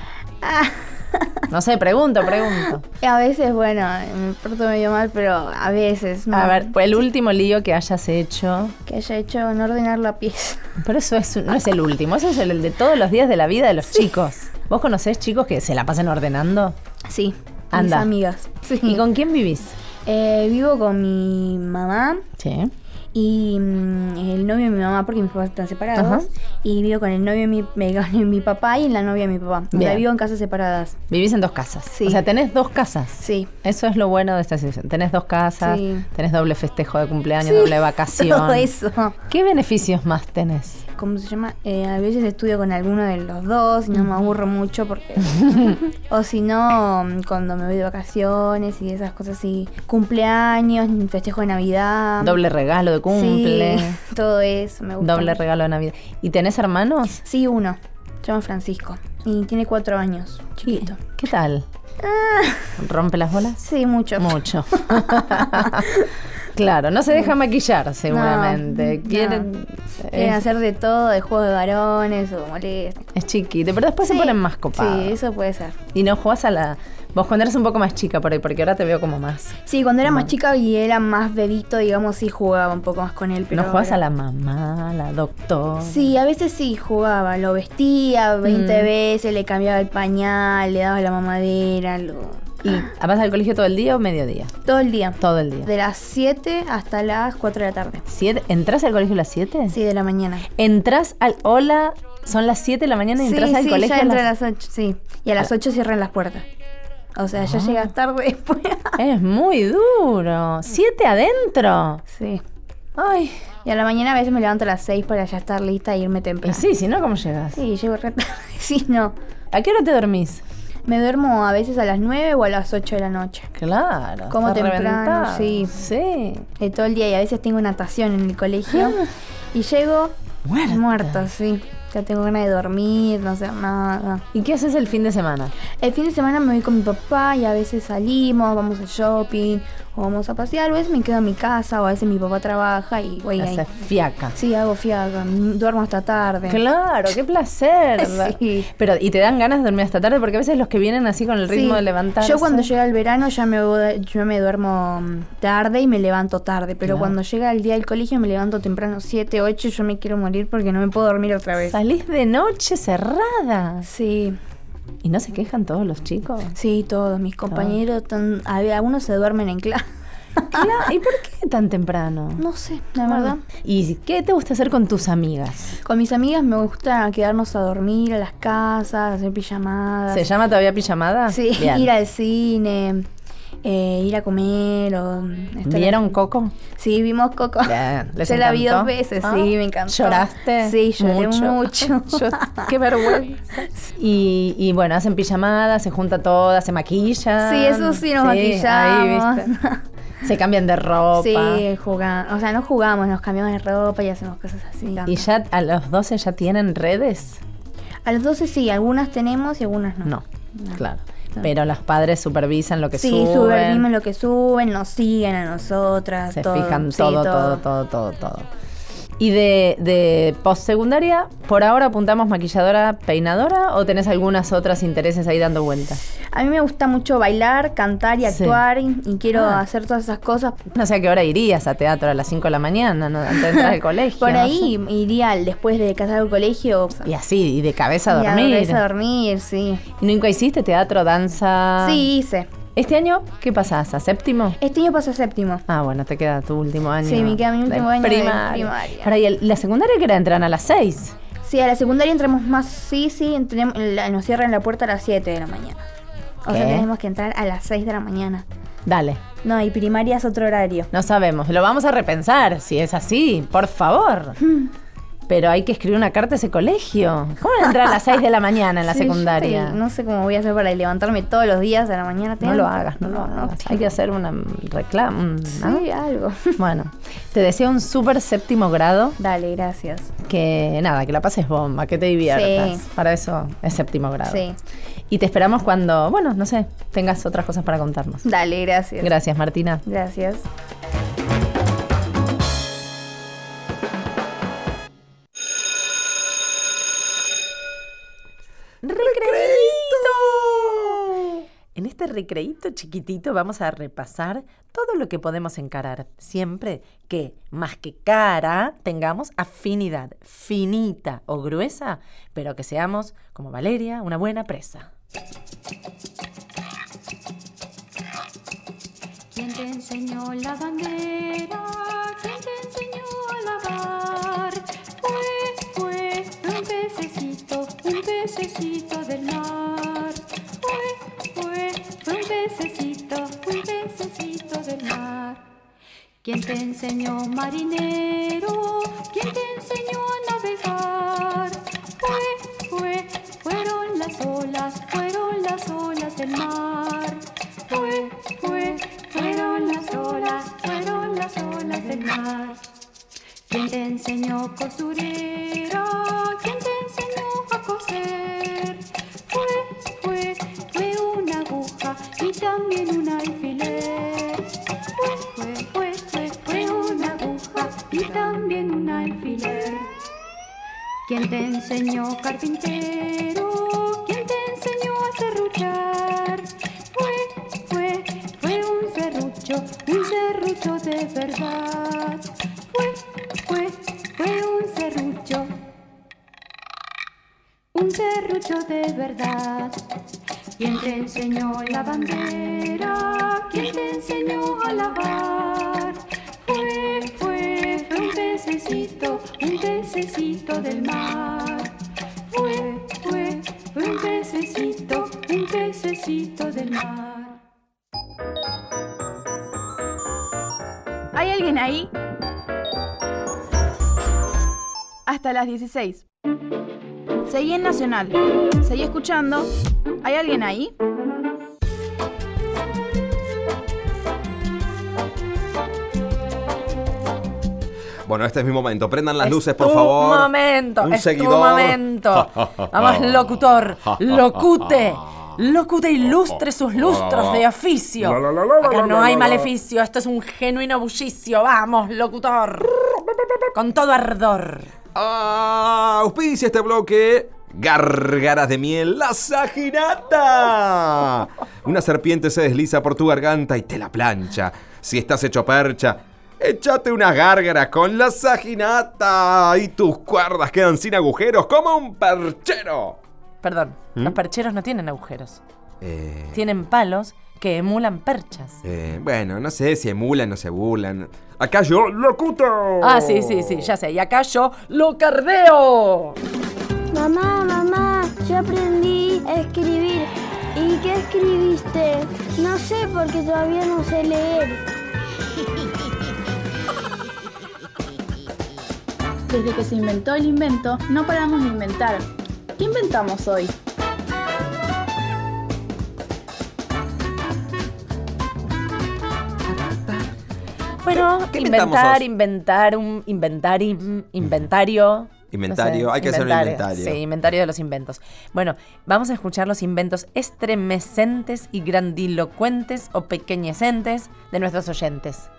[SPEAKER 2] No sé, pregunto, pregunto.
[SPEAKER 11] A veces, bueno, me porto medio mal, pero a veces.
[SPEAKER 2] A
[SPEAKER 11] no.
[SPEAKER 2] ver, pues el último lío que hayas hecho.
[SPEAKER 11] Que haya hecho no ordenar la pieza.
[SPEAKER 2] Pero eso es, un- no es el último, eso es el de todos los días de la vida de los chicos. ¿Vos conocés chicos que se la pasan ordenando?
[SPEAKER 11] Sí. Mis
[SPEAKER 2] Anda.
[SPEAKER 11] amigas. Sí.
[SPEAKER 2] ¿Y con quién vivís?
[SPEAKER 11] Eh, vivo con mi mamá
[SPEAKER 2] Sí.
[SPEAKER 11] y mm, el novio de mi mamá, porque mis papás están separados. Y vivo con el novio de mi, me- con mi papá y la novia de mi papá. O sea,
[SPEAKER 2] Bien.
[SPEAKER 11] vivo en casas separadas.
[SPEAKER 2] Vivís en dos casas.
[SPEAKER 11] Sí.
[SPEAKER 2] O sea, tenés dos casas.
[SPEAKER 11] Sí.
[SPEAKER 2] Eso es lo bueno de esta situación. Tenés dos casas,
[SPEAKER 11] Sí.
[SPEAKER 2] tenés doble festejo de cumpleaños,
[SPEAKER 11] Sí,
[SPEAKER 2] doble vacación.
[SPEAKER 11] Todo eso.
[SPEAKER 2] ¿Qué beneficios más tenés?
[SPEAKER 11] ¿Cómo se llama? Eh, a veces estudio con alguno de los dos y no me aburro mucho porque... o si no, mm, cuando me voy de vacaciones y esas cosas así. Cumpleaños, festejo de Navidad.
[SPEAKER 2] Doble regalo de cumple.
[SPEAKER 11] Sí, todo eso, me gusta.
[SPEAKER 2] Doble
[SPEAKER 11] mucho.
[SPEAKER 2] regalo de Navidad. ¿Y tenés hermanos?
[SPEAKER 11] Sí, uno. Se llama Francisco. Y tiene cuatro años. Chiquito.
[SPEAKER 2] ¿Qué tal? ¿Rompe las bolas?
[SPEAKER 11] Ah. Sí, mucho.
[SPEAKER 2] Mucho. claro, no se deja maquillar seguramente.
[SPEAKER 11] No,
[SPEAKER 2] Quieren,
[SPEAKER 11] Quieren
[SPEAKER 2] es,
[SPEAKER 11] hacer de todo, de juegos de varones o molestos.
[SPEAKER 2] es chiquito, pero después se ponen más copados.
[SPEAKER 11] Sí, eso puede ser.
[SPEAKER 2] Y no jugás a la... Vos cuando eras un poco más chica por ahí, porque ahora te veo como más...
[SPEAKER 11] Sí, cuando era más chica y era más bebito, digamos, sí jugaba un poco más con él. Pero
[SPEAKER 2] no jugás
[SPEAKER 11] ahora-
[SPEAKER 2] a la mamá, a la doctora.
[SPEAKER 11] Sí, a veces sí jugaba, lo vestía 20
[SPEAKER 2] Mm.
[SPEAKER 11] veces, le cambiaba el pañal, le daba la mamadera, lo...
[SPEAKER 2] ¿Y vas al colegio todo el día o mediodía?
[SPEAKER 11] todo el día.
[SPEAKER 2] Todo el día.
[SPEAKER 11] De las 7 hasta las 4 de la tarde.
[SPEAKER 2] ¿Siete? ¿Entrás al colegio a las 7?
[SPEAKER 11] Sí, de la mañana.
[SPEAKER 2] ¿Entrás al... Hola, son las 7 de la mañana y
[SPEAKER 11] sí,
[SPEAKER 2] entras al
[SPEAKER 11] sí,
[SPEAKER 2] colegio
[SPEAKER 11] ya
[SPEAKER 2] a
[SPEAKER 11] entra a
[SPEAKER 2] las-
[SPEAKER 11] las 8, sí. Y a las 8 cierran las puertas. O sea, ya
[SPEAKER 2] Ah.
[SPEAKER 11] llegas tarde después.
[SPEAKER 2] Es muy duro. ¿Siete adentro?
[SPEAKER 11] sí. Ay. Y a la mañana a veces me levanto a las 6 para ya estar lista e irme temprano.
[SPEAKER 2] sí, si no, ¿cómo llegas?
[SPEAKER 11] Sí, llego re tarde. Sí, no.
[SPEAKER 2] ¿A qué hora te dormís?
[SPEAKER 11] Me duermo a veces a las 9 o a las 8 de la noche.
[SPEAKER 2] Claro.
[SPEAKER 11] Como
[SPEAKER 2] estás
[SPEAKER 11] temprano,
[SPEAKER 2] reventada.
[SPEAKER 11] sí.
[SPEAKER 2] Sí. Ah.
[SPEAKER 11] Eh, todo el día y a veces tengo natación en el colegio. y llego muerta. sí. Ya tengo ganas de dormir, no sé, nada.
[SPEAKER 2] ¿Y qué haces el fin de semana?
[SPEAKER 11] El fin de semana me voy con mi papá y a veces salimos, vamos al shopping o vamos a pasear. A veces me quedo en mi casa o a veces mi papá trabaja y voy ahí.
[SPEAKER 2] Haces fiaca.
[SPEAKER 11] Sí, hago fiaca, mm, duermo hasta tarde.
[SPEAKER 2] Claro, qué placer. Pero, ¿y te dan ganas de dormir hasta tarde? Porque a veces los que vienen así con el ritmo
[SPEAKER 11] Sí.
[SPEAKER 2] de levantarse.
[SPEAKER 11] Yo cuando llega el verano ya me voy- yo me duermo mm, tarde y me levanto tarde, pero
[SPEAKER 2] Claro.
[SPEAKER 11] cuando llega el día del colegio me levanto temprano 7, 8, yo me quiero morir porque no me puedo dormir otra vez.
[SPEAKER 2] Salís de noche cerrada.
[SPEAKER 11] Sí.
[SPEAKER 2] ¿Y no se quejan todos los chicos?
[SPEAKER 11] Sí, todos mis compañeros, tan- a ver, algunos se duermen en clase.
[SPEAKER 2] Claro, ¿Y por qué tan temprano?
[SPEAKER 11] No sé, la verdad.
[SPEAKER 2] ¿Y qué te gusta hacer con tus amigas?
[SPEAKER 11] Con mis amigas me gusta quedarnos a dormir a las casas, hacer pijamadas.
[SPEAKER 2] ¿Se llama todavía pijamada?
[SPEAKER 11] Ah, Sí,
[SPEAKER 2] Ah, Bien.
[SPEAKER 11] ir al cine, eh, ir a comer o... estar-
[SPEAKER 2] ¿Vieron Coco?
[SPEAKER 11] Sí, vimos Coco.
[SPEAKER 2] Bien, Eh, ¿les
[SPEAKER 11] Se la vi
[SPEAKER 2] encantó?
[SPEAKER 11] dos veces,
[SPEAKER 2] Ah,
[SPEAKER 11] sí, me encantó.
[SPEAKER 2] ¿Lloraste?
[SPEAKER 11] Sí, lloré mucho.
[SPEAKER 2] Yo- qué vergüenza. Y, y bueno, hacen pijamadas, se junta todas, se maquillan.
[SPEAKER 11] Sí, eso sí, nos
[SPEAKER 2] Ah, ahí,
[SPEAKER 11] maquillamos.
[SPEAKER 2] ¿viste? Se cambian de ropa.
[SPEAKER 11] Sí, jugamos. O sea, no jugamos, nos cambiamos de ropa y hacemos cosas así. me encanta.
[SPEAKER 2] ¿Y ya a los 12 ya tienen redes?
[SPEAKER 11] A los 12 sí, algunas tenemos y algunas no.
[SPEAKER 2] No, Mm, claro. Pero los padres supervisan lo que
[SPEAKER 11] sí,
[SPEAKER 2] suben.
[SPEAKER 11] subimos lo que suben, nos siguen a nosotras.
[SPEAKER 2] Se
[SPEAKER 11] todo.
[SPEAKER 2] fijan
[SPEAKER 11] Sí,
[SPEAKER 2] todo, todo, todo, todo, todo. Y de, de postsecundaria, ¿por ahora apuntamos maquilladora, peinadora o tenés algunas otras intereses ahí dando vueltas?
[SPEAKER 11] A mí me gusta mucho bailar, cantar y
[SPEAKER 2] Sí.
[SPEAKER 11] actuar y, y quiero
[SPEAKER 2] Ah.
[SPEAKER 11] hacer todas esas cosas.
[SPEAKER 2] No sé a qué hora irías a teatro a las 5 de la mañana, ¿no? antes de entrar al colegio.
[SPEAKER 11] Por
[SPEAKER 2] no
[SPEAKER 11] ahí iría al- después de casar al colegio.
[SPEAKER 2] sé. Y así, y de cabeza a
[SPEAKER 11] Y a
[SPEAKER 2] dormir.
[SPEAKER 11] veces a dormir, sí.
[SPEAKER 2] ¿Y nunca hiciste teatro, danza?
[SPEAKER 11] Sí, hice.
[SPEAKER 2] ¿Este año qué pasás? ¿A séptimo?
[SPEAKER 11] Este año pasó a séptimo.
[SPEAKER 2] Ah, bueno, te queda tu último año.
[SPEAKER 11] Sí, me queda mi
[SPEAKER 2] de
[SPEAKER 11] último año de
[SPEAKER 2] primaria.
[SPEAKER 11] primaria.
[SPEAKER 2] Ahora, ¿y el- la secundaria que era? Entran a las 6.
[SPEAKER 11] Sí, a la secundaria entramos más. Sí, sí, entremos- la- nos cierran la puerta a las 7 de la mañana. O sea,
[SPEAKER 2] ¿Qué?
[SPEAKER 11] tenemos que entrar a las 6 de la mañana.
[SPEAKER 2] Dale.
[SPEAKER 11] No, y primaria es otro horario.
[SPEAKER 2] No sabemos, lo vamos a repensar si es así, por favor.
[SPEAKER 11] Hmm.
[SPEAKER 2] Pero hay que escribir una carta a ese colegio. ¿Cómo van a entrar a las 6 de la mañana en la
[SPEAKER 11] Sí, yo
[SPEAKER 2] secundaria?
[SPEAKER 11] estoy- no sé cómo voy a hacer para levantarme todos los días a la mañana.
[SPEAKER 2] No
[SPEAKER 11] temprano.
[SPEAKER 2] lo hagas, no lo hagas. Hay que hacer una reclamo. un- ¿no?
[SPEAKER 11] Sí, algo.
[SPEAKER 2] Bueno, te deseo un súper séptimo grado.
[SPEAKER 11] Dale, gracias.
[SPEAKER 2] Que nada, que la pases bomba, que te diviertas.
[SPEAKER 11] Sí.
[SPEAKER 2] Para eso es séptimo grado.
[SPEAKER 11] Sí.
[SPEAKER 2] Y te esperamos cuando, bueno, no sé, tengas otras cosas para contarnos.
[SPEAKER 11] Dale, gracias.
[SPEAKER 2] Gracias, Martina.
[SPEAKER 11] Gracias.
[SPEAKER 2] ¡Recreíto! En este recreíto chiquitito vamos a repasar todo lo que podemos encarar, siempre que, más que cara, tengamos afinidad finita o gruesa, pero que seamos, como Valeria, una buena presa.
[SPEAKER 12] ¿Quién te enseñó la bandera? ¿Quién te enseñó a lavar? Fue, fue, fue un pececito, un pececito del mar. Fue, fue, fue un pececito, un pececito del mar. ¿Quién te enseñó marinero? ¿Quién te enseñó a navegar? Fue, fue, fueron las olas, fueron las olas del mar. Fue, fue, fueron las olas, fueron las olas del mar. ¿Quién te enseñó costurera? ¿Quién te enseñó a coser? Fue, fue, fue una aguja y también un alfiler. Fue, fue, fue, fue una aguja y también un alfiler. ¿Quién te enseñó carpintero? ¿Quién te enseñó a serruchar? Fue, fue, fue un serrucho, un serrucho de verdad. Fue, fue, fue un serrucho, un serrucho de verdad. ¿Quién te enseñó la bandera? ¿Quién te enseñó a lavar? Fue, fue, fue un pececito, un pececito del mar. Fue, fue, fue un pececito, un pececito del mar.
[SPEAKER 4] ¿Hay alguien ahí? hasta las 16. Seguí en Nacional. Seguí escuchando. ¿Hay alguien ahí?
[SPEAKER 3] Bueno, este es mi momento. Prendan las
[SPEAKER 2] Es
[SPEAKER 3] luces, por
[SPEAKER 2] tu
[SPEAKER 3] favor.
[SPEAKER 2] momento,
[SPEAKER 3] Un
[SPEAKER 2] es tu
[SPEAKER 3] seguidor.
[SPEAKER 2] momento. Vamos, Ah, locutor,
[SPEAKER 13] Ah,
[SPEAKER 2] locute. Locute ilustre sus lustros de oficio.
[SPEAKER 13] ah, La, la, la, la, la,
[SPEAKER 2] Acá no
[SPEAKER 13] la,
[SPEAKER 2] hay
[SPEAKER 13] la,
[SPEAKER 2] maleficio, esto es un genuino bullicio. Vamos, locutor. Con todo ardor.
[SPEAKER 3] Ah, auspicia este bloque. Gárgaras de miel, la saginata. Una serpiente se desliza por tu garganta y te la plancha. Si estás hecho percha, échate una gárgara con la saginata y tus cuerdas quedan sin agujeros como un perchero.
[SPEAKER 2] Perdón,
[SPEAKER 3] ¿Mm?
[SPEAKER 2] los percheros no tienen agujeros.
[SPEAKER 3] Eh,
[SPEAKER 2] Tienen palos que emulan perchas.
[SPEAKER 3] eh, bueno, no sé si emulan o se burlan. Acá yo
[SPEAKER 13] Oh.
[SPEAKER 3] locuto.
[SPEAKER 2] Ah, sí, sí, sí, ya sé. Y acá yo lo cardeo.
[SPEAKER 1] Mamá, mamá, yo aprendí a escribir. ¿Y qué escribiste? No sé porque todavía no sé leer.
[SPEAKER 14] Desde que se inventó el invento, no paramos de inventar. ¿Qué inventamos hoy?
[SPEAKER 2] Bueno,
[SPEAKER 3] ¿Qué inventamos
[SPEAKER 2] inventar,
[SPEAKER 3] hoy?
[SPEAKER 2] inventar, un inventari- inventario.
[SPEAKER 3] Inventario, hay que hacer un inventario.
[SPEAKER 2] Sí, inventario de los inventos. Bueno, vamos a escuchar los inventos estremecentes y grandilocuentes o pequeñecentes de nuestros oyentes.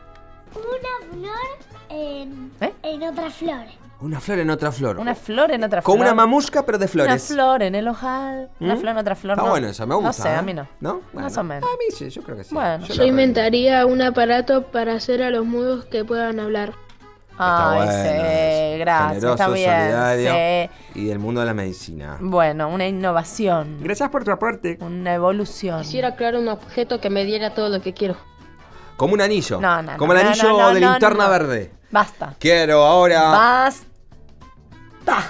[SPEAKER 1] Una flor en, en otra flor.
[SPEAKER 3] Una flor en otra flor.
[SPEAKER 2] Una flor en otra flor.
[SPEAKER 3] Con una mamusca, pero de flores.
[SPEAKER 2] Una flor en el ojal. Una
[SPEAKER 3] ¿Mm?
[SPEAKER 2] flor en otra flor.
[SPEAKER 3] Está
[SPEAKER 2] no.
[SPEAKER 3] bueno eso, me gusta.
[SPEAKER 2] No sé,
[SPEAKER 3] ¿eh?
[SPEAKER 2] a mí no.
[SPEAKER 3] ¿No? Bueno,
[SPEAKER 2] Más o menos. A
[SPEAKER 3] mí sí, yo creo que sí.
[SPEAKER 2] Bueno.
[SPEAKER 7] Yo inventaría un aparato para hacer a los mudos que puedan hablar.
[SPEAKER 2] Ay,
[SPEAKER 3] bueno
[SPEAKER 2] sí, gracias.
[SPEAKER 3] Generoso,
[SPEAKER 2] está bien.
[SPEAKER 3] solidario
[SPEAKER 2] sí.
[SPEAKER 3] y del mundo de la medicina.
[SPEAKER 2] Bueno, una innovación. Gracias por tu aporte. Una evolución.
[SPEAKER 6] Quisiera crear un objeto que me diera todo lo que quiero.
[SPEAKER 3] Como un anillo.
[SPEAKER 2] No, no, no,
[SPEAKER 3] Como el
[SPEAKER 2] no,
[SPEAKER 3] anillo
[SPEAKER 2] no, no,
[SPEAKER 3] de
[SPEAKER 2] no,
[SPEAKER 3] linterna
[SPEAKER 2] no.
[SPEAKER 3] verde.
[SPEAKER 2] Basta.
[SPEAKER 3] Quiero ahora
[SPEAKER 2] Basta.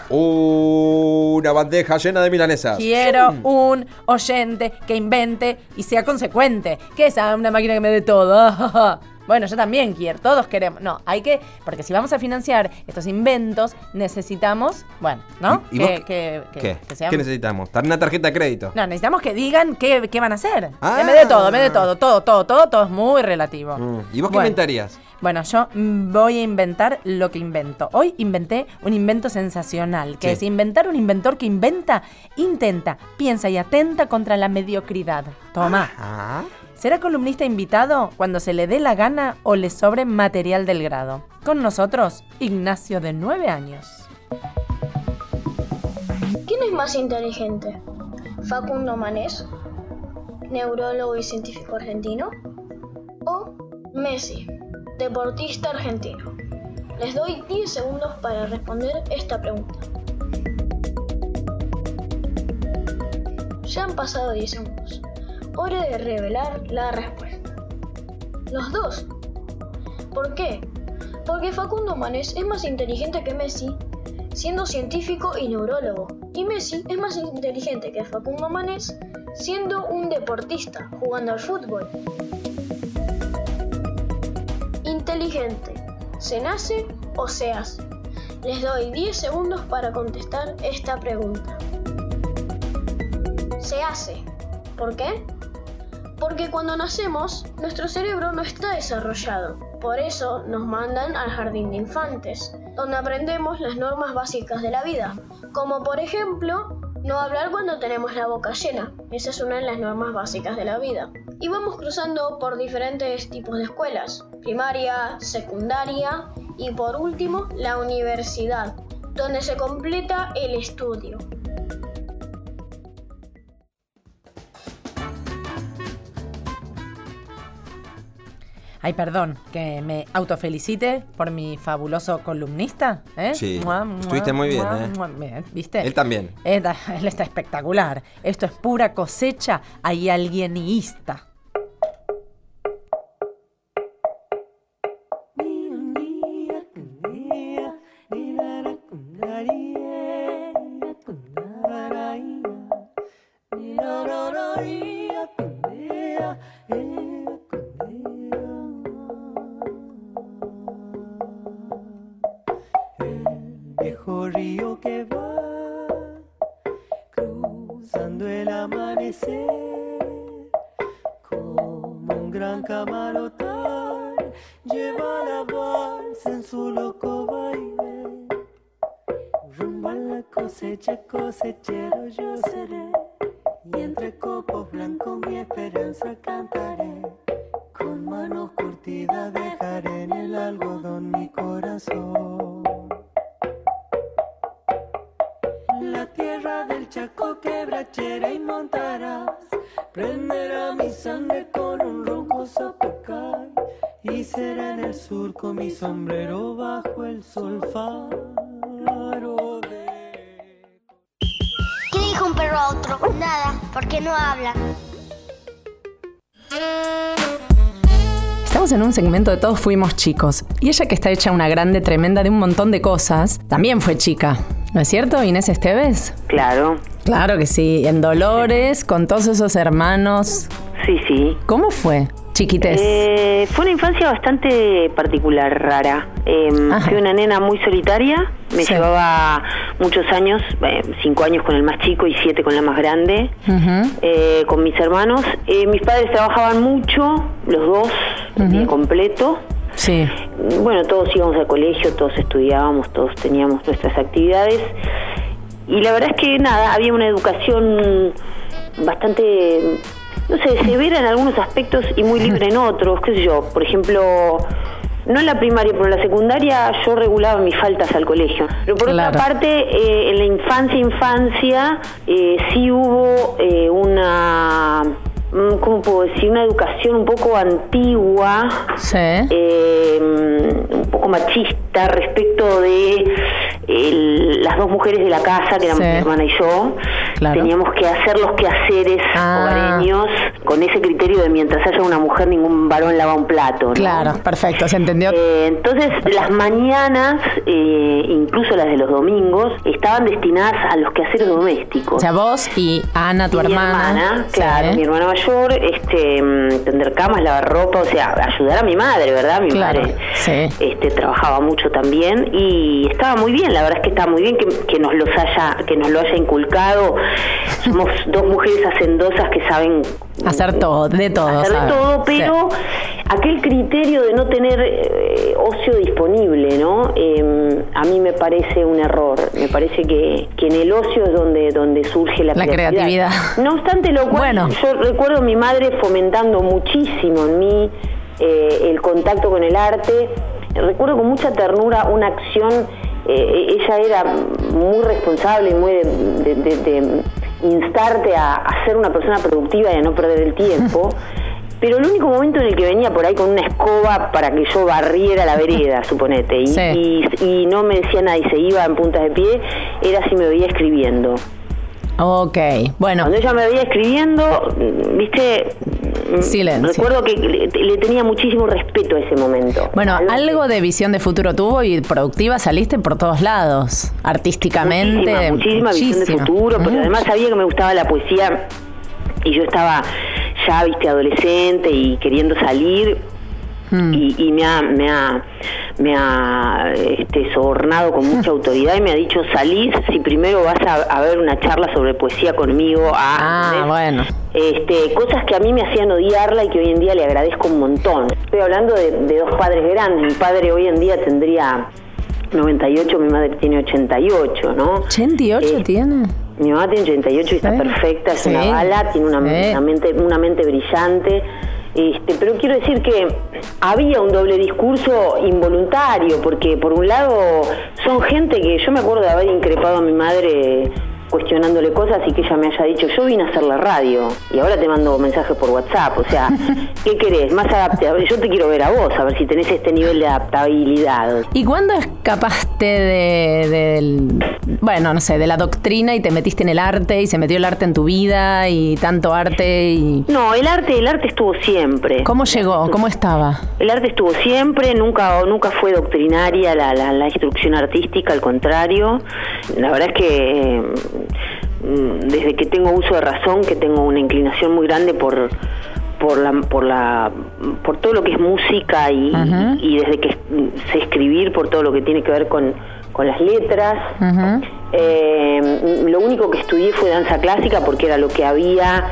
[SPEAKER 3] una bandeja llena de milanesas. Mm.
[SPEAKER 2] Quiero un oyente que invente y sea consecuente. Que sea una máquina que me dé todo. Bueno, yo también quiero, todos queremos. No, hay que, porque si vamos a financiar estos inventos, necesitamos, bueno, ¿no?
[SPEAKER 3] ¿Y- y
[SPEAKER 2] que,
[SPEAKER 3] vos
[SPEAKER 2] que- que-
[SPEAKER 3] ¿Qué?
[SPEAKER 2] que sean-
[SPEAKER 3] ¿Qué necesitamos? Tar- Una tarjeta de crédito.
[SPEAKER 2] No, necesitamos que digan qué, qué van a hacer.
[SPEAKER 3] Ah.
[SPEAKER 2] Que me dé todo, me dé todo, todo, todo, todo, todo es muy relativo.
[SPEAKER 3] Mm. ¿Y vos qué
[SPEAKER 2] Bueno.
[SPEAKER 3] inventarías?
[SPEAKER 2] Bueno, yo mm, voy a inventar lo que invento. Hoy inventé un invento sensacional, que
[SPEAKER 3] Sí.
[SPEAKER 2] es inventar un inventor que inventa, intenta, piensa y atenta contra la mediocridad. Toma.
[SPEAKER 3] Ah.
[SPEAKER 2] Será columnista invitado cuando se le dé la gana o le sobre material del grado. Con nosotros, Ignacio de 9 años.
[SPEAKER 15] ¿Quién es más inteligente? ¿Facundo Manés, neurólogo y científico argentino? ¿O Messi, deportista argentino? Les doy 10 segundos para responder esta pregunta. Ya han pasado 10 segundos. Hora de revelar la respuesta. Los dos. ¿Por qué? Porque Facundo Manés es más inteligente que Messi siendo científico y neurólogo. Y Messi es más inteligente que Facundo Manes, siendo un deportista jugando al fútbol. Inteligente. ¿Se nace o se hace? Les doy 10 segundos para contestar esta pregunta. Se hace. ¿Por qué? Porque cuando nacemos, nuestro cerebro no está desarrollado. Por eso nos mandan al jardín de infantes, donde aprendemos las normas básicas de la vida, como por ejemplo no hablar cuando tenemos la boca llena. Esa es una de las normas básicas de la vida. Y vamos cruzando por diferentes tipos de escuelas, primaria, secundaria y por último la universidad, donde se completa el estudio.
[SPEAKER 2] Ay, perdón, que me autofelicite por mi fabuloso columnista. ¿eh?
[SPEAKER 3] Sí, estuviste muy bien, ¿eh?
[SPEAKER 2] bien, ¿Viste?
[SPEAKER 3] Él también.
[SPEAKER 2] Él ta- él está espectacular. Esto es pura cosecha hay alienista.
[SPEAKER 5] El viejo río que va cruzando el amanecer como un gran camarotal lleva la balsa en su loco baile rumbo a la cosecha cosechero yo seré y entre copos blancos mi esperanza cantaré con manos curtidas dejaré en el algodón mi corazón. La tierra del Chaco quebrachera y montarás, prenderá mi sangre con un ronco zapucay y será en el surco mi sombrero bajo el sol faro de...
[SPEAKER 1] ¿Qué dijo un perro a otro? Nada, porque no habla.
[SPEAKER 2] Estamos en un segmento de Todos Fuimos Chicos. Y ella que está hecha una grande, tremenda de un montón de cosas, también fue chica. ¿No es cierto, Inés Esteves?
[SPEAKER 13] Claro.
[SPEAKER 2] Claro que sí. En Dolores, con todos esos hermanos.
[SPEAKER 13] Sí, sí.
[SPEAKER 2] ¿Cómo fue? Chiquites.
[SPEAKER 13] Eh, fue una infancia bastante particular, rara. Eh,
[SPEAKER 2] Ah,
[SPEAKER 13] fui una nena muy solitaria. Me
[SPEAKER 2] Sí.
[SPEAKER 13] llevaba muchos años, eh, cinco años con el más chico y siete con la más grande, eh, con mis hermanos. Eh, mis padres trabajaban mucho, los dos, el día completo.
[SPEAKER 2] Sí.
[SPEAKER 13] Bueno, todos íbamos al colegio, todos estudiábamos, todos teníamos nuestras actividades. Y la verdad es que nada, había una educación bastante, no sé, severa en algunos aspectos y muy libre en otros, qué sé yo. Por ejemplo, no en la primaria, pero en la secundaria yo regulaba mis faltas al colegio. Pero por
[SPEAKER 2] Claro.
[SPEAKER 13] otra parte, eh, en la infancia, infancia, eh, sí hubo eh, una, mm, ¿cómo puedo decir? Una educación un poco antigua, eh, mm, un poco machista respecto de el- las dos mujeres de la casa, que éramos
[SPEAKER 2] Sí.
[SPEAKER 13] mi hermana y yo. Teníamos que hacer los quehaceres
[SPEAKER 2] Ah.
[SPEAKER 13] hogareños con ese criterio de mientras haya una mujer, ningún varón lava un plato. ¿no?
[SPEAKER 2] Claro, perfecto, se entendió.
[SPEAKER 13] Eh, entonces, las mañanas, eh, incluso las de los domingos, estaban destinadas a los quehaceres domésticos.
[SPEAKER 2] O sea, vos y Ana, tu
[SPEAKER 13] Y mi
[SPEAKER 2] hermana.
[SPEAKER 13] hermana, claro, mi hermana mayor, este, mm, tender camas, lavar ropa, o sea, ayudar a mi madre, ¿verdad? Mi
[SPEAKER 2] Claro,
[SPEAKER 13] madre este, trabajaba mucho también y estaba muy bien, la verdad es que estaba muy bien que, que nos los haya, que nos lo haya inculcado. Somos dos mujeres hacendosas que saben
[SPEAKER 2] Hacer todo, de todo.
[SPEAKER 13] hacer de
[SPEAKER 2] ¿sabes?
[SPEAKER 13] todo,
[SPEAKER 2] Sí.
[SPEAKER 13] pero aquel criterio de no tener eh, ocio disponible, ¿no? Eh, a mí me parece un error. Me parece que, que en el ocio es donde, donde surge la,
[SPEAKER 2] La creatividad.
[SPEAKER 13] No obstante lo cual, yo recuerdo a mi madre fomentando muchísimo en mí eh, el contacto con el arte. Recuerdo con mucha ternura una acción. eh, ella era muy responsable y muy de, de- de- de instarte a, a ser una persona productiva y a no perder el tiempo. Pero el único momento en el que venía por ahí con una escoba para que yo barriera la vereda, suponete, y, y- y no me decía nada y se iba en puntas de pie, era si me veía escribiendo.
[SPEAKER 2] Ok, bueno.
[SPEAKER 13] Cuando ella me veía escribiendo, viste, mm,
[SPEAKER 2] Silencio.
[SPEAKER 13] recuerdo que le, le tenía muchísimo respeto a ese momento.
[SPEAKER 2] Bueno, algo de visión de futuro tuvo y productiva saliste por todos lados, artísticamente.
[SPEAKER 13] Muchísima, muchísima visión de
[SPEAKER 2] muchísimo.
[SPEAKER 13] futuro, pero
[SPEAKER 2] Mm.
[SPEAKER 13] además sabía que me gustaba la poesía y yo estaba ya, viste, adolescente y queriendo salir y, y me ha, me ha, me ha este, sobornado con mucha autoridad y me ha dicho, salís si primero vas a, a ver una charla sobre poesía conmigo. Ah,
[SPEAKER 2] bueno.
[SPEAKER 13] Este, cosas que a mí me hacían odiarla y que hoy en día le agradezco un montón. Estoy hablando de, de dos padres grandes. Mi padre hoy en día tendría 98, mi madre tiene 88, ¿no? Eh,
[SPEAKER 2] ¿88 tiene?
[SPEAKER 13] Mi mamá tiene 88 y está perfecta, es una
[SPEAKER 2] Sí,
[SPEAKER 13] bala, tiene una,
[SPEAKER 2] sí.
[SPEAKER 13] una mente, una mente brillante. Este, pero quiero decir que había un doble discurso involuntario, porque por un lado son gente que yo me acuerdo de haber increpado a mi madre cuestionándole cosas y que ella me haya dicho, yo vine a hacer la radio y ahora te mando mensajes por WhatsApp, o sea, ¿qué querés? Más adaptable, yo te quiero ver a vos, a ver si tenés este nivel de adaptabilidad.
[SPEAKER 2] ¿Y cuándo escapaste de, del- bueno, no sé, de la doctrina y te metiste en el arte y se metió el arte en tu vida y tanto arte y...
[SPEAKER 13] No, el arte, el arte estuvo siempre.
[SPEAKER 2] ¿Cómo llegó? ¿Cómo estaba?
[SPEAKER 13] El arte estuvo siempre, nunca nunca fue doctrinaria la, la- la instrucción artística, al contrario. La verdad es que eh, mm, desde que tengo uso de razón, que tengo una inclinación muy grande por, por la por la por todo lo que es música y,
[SPEAKER 2] Ajá.
[SPEAKER 13] y desde que sé escribir por todo lo que tiene que ver con con las letras Eh, lo único que estudié fue danza clásica porque era lo que había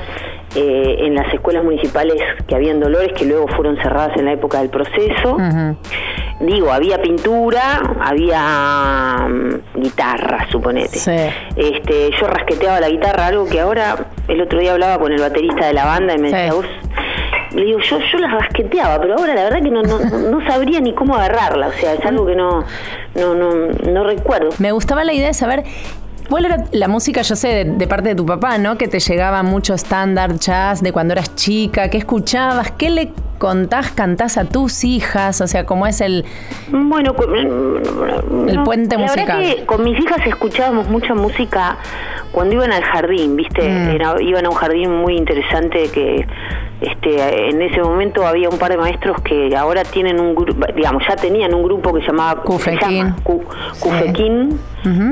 [SPEAKER 13] eh, en las escuelas municipales que habían Dolores que luego fueron cerradas en la época del proceso digo, había pintura, había mm, guitarra, suponete. Este, yo rasqueteaba la guitarra, algo que ahora el otro día hablaba con el baterista de la banda y me decía, "Vos-". le digo, yo, yo las rasqueteaba, pero ahora la verdad que no, no, no sabría ni cómo agarrarla, o sea, es algo que no, no, no, no recuerdo.
[SPEAKER 2] Me gustaba la idea de saber cuál era la música, yo sé, de, de parte de tu papá, ¿no? Que te llegaba mucho estándar jazz de cuando eras chica, qué escuchabas, qué le contás, cantás a tus hijas, o sea, cómo es el...
[SPEAKER 13] Bueno, mm,
[SPEAKER 2] el puente
[SPEAKER 13] la
[SPEAKER 2] musical.
[SPEAKER 13] verdad que con mis hijas escuchábamos mucha música cuando iban al jardín, ¿viste?
[SPEAKER 2] Mm.
[SPEAKER 13] Era- iban a un jardín muy interesante que este en ese momento había un par de maestros que ahora tienen un grupo, digamos, ya tenían un grupo que se llamaba se llama Cu- Cufequín,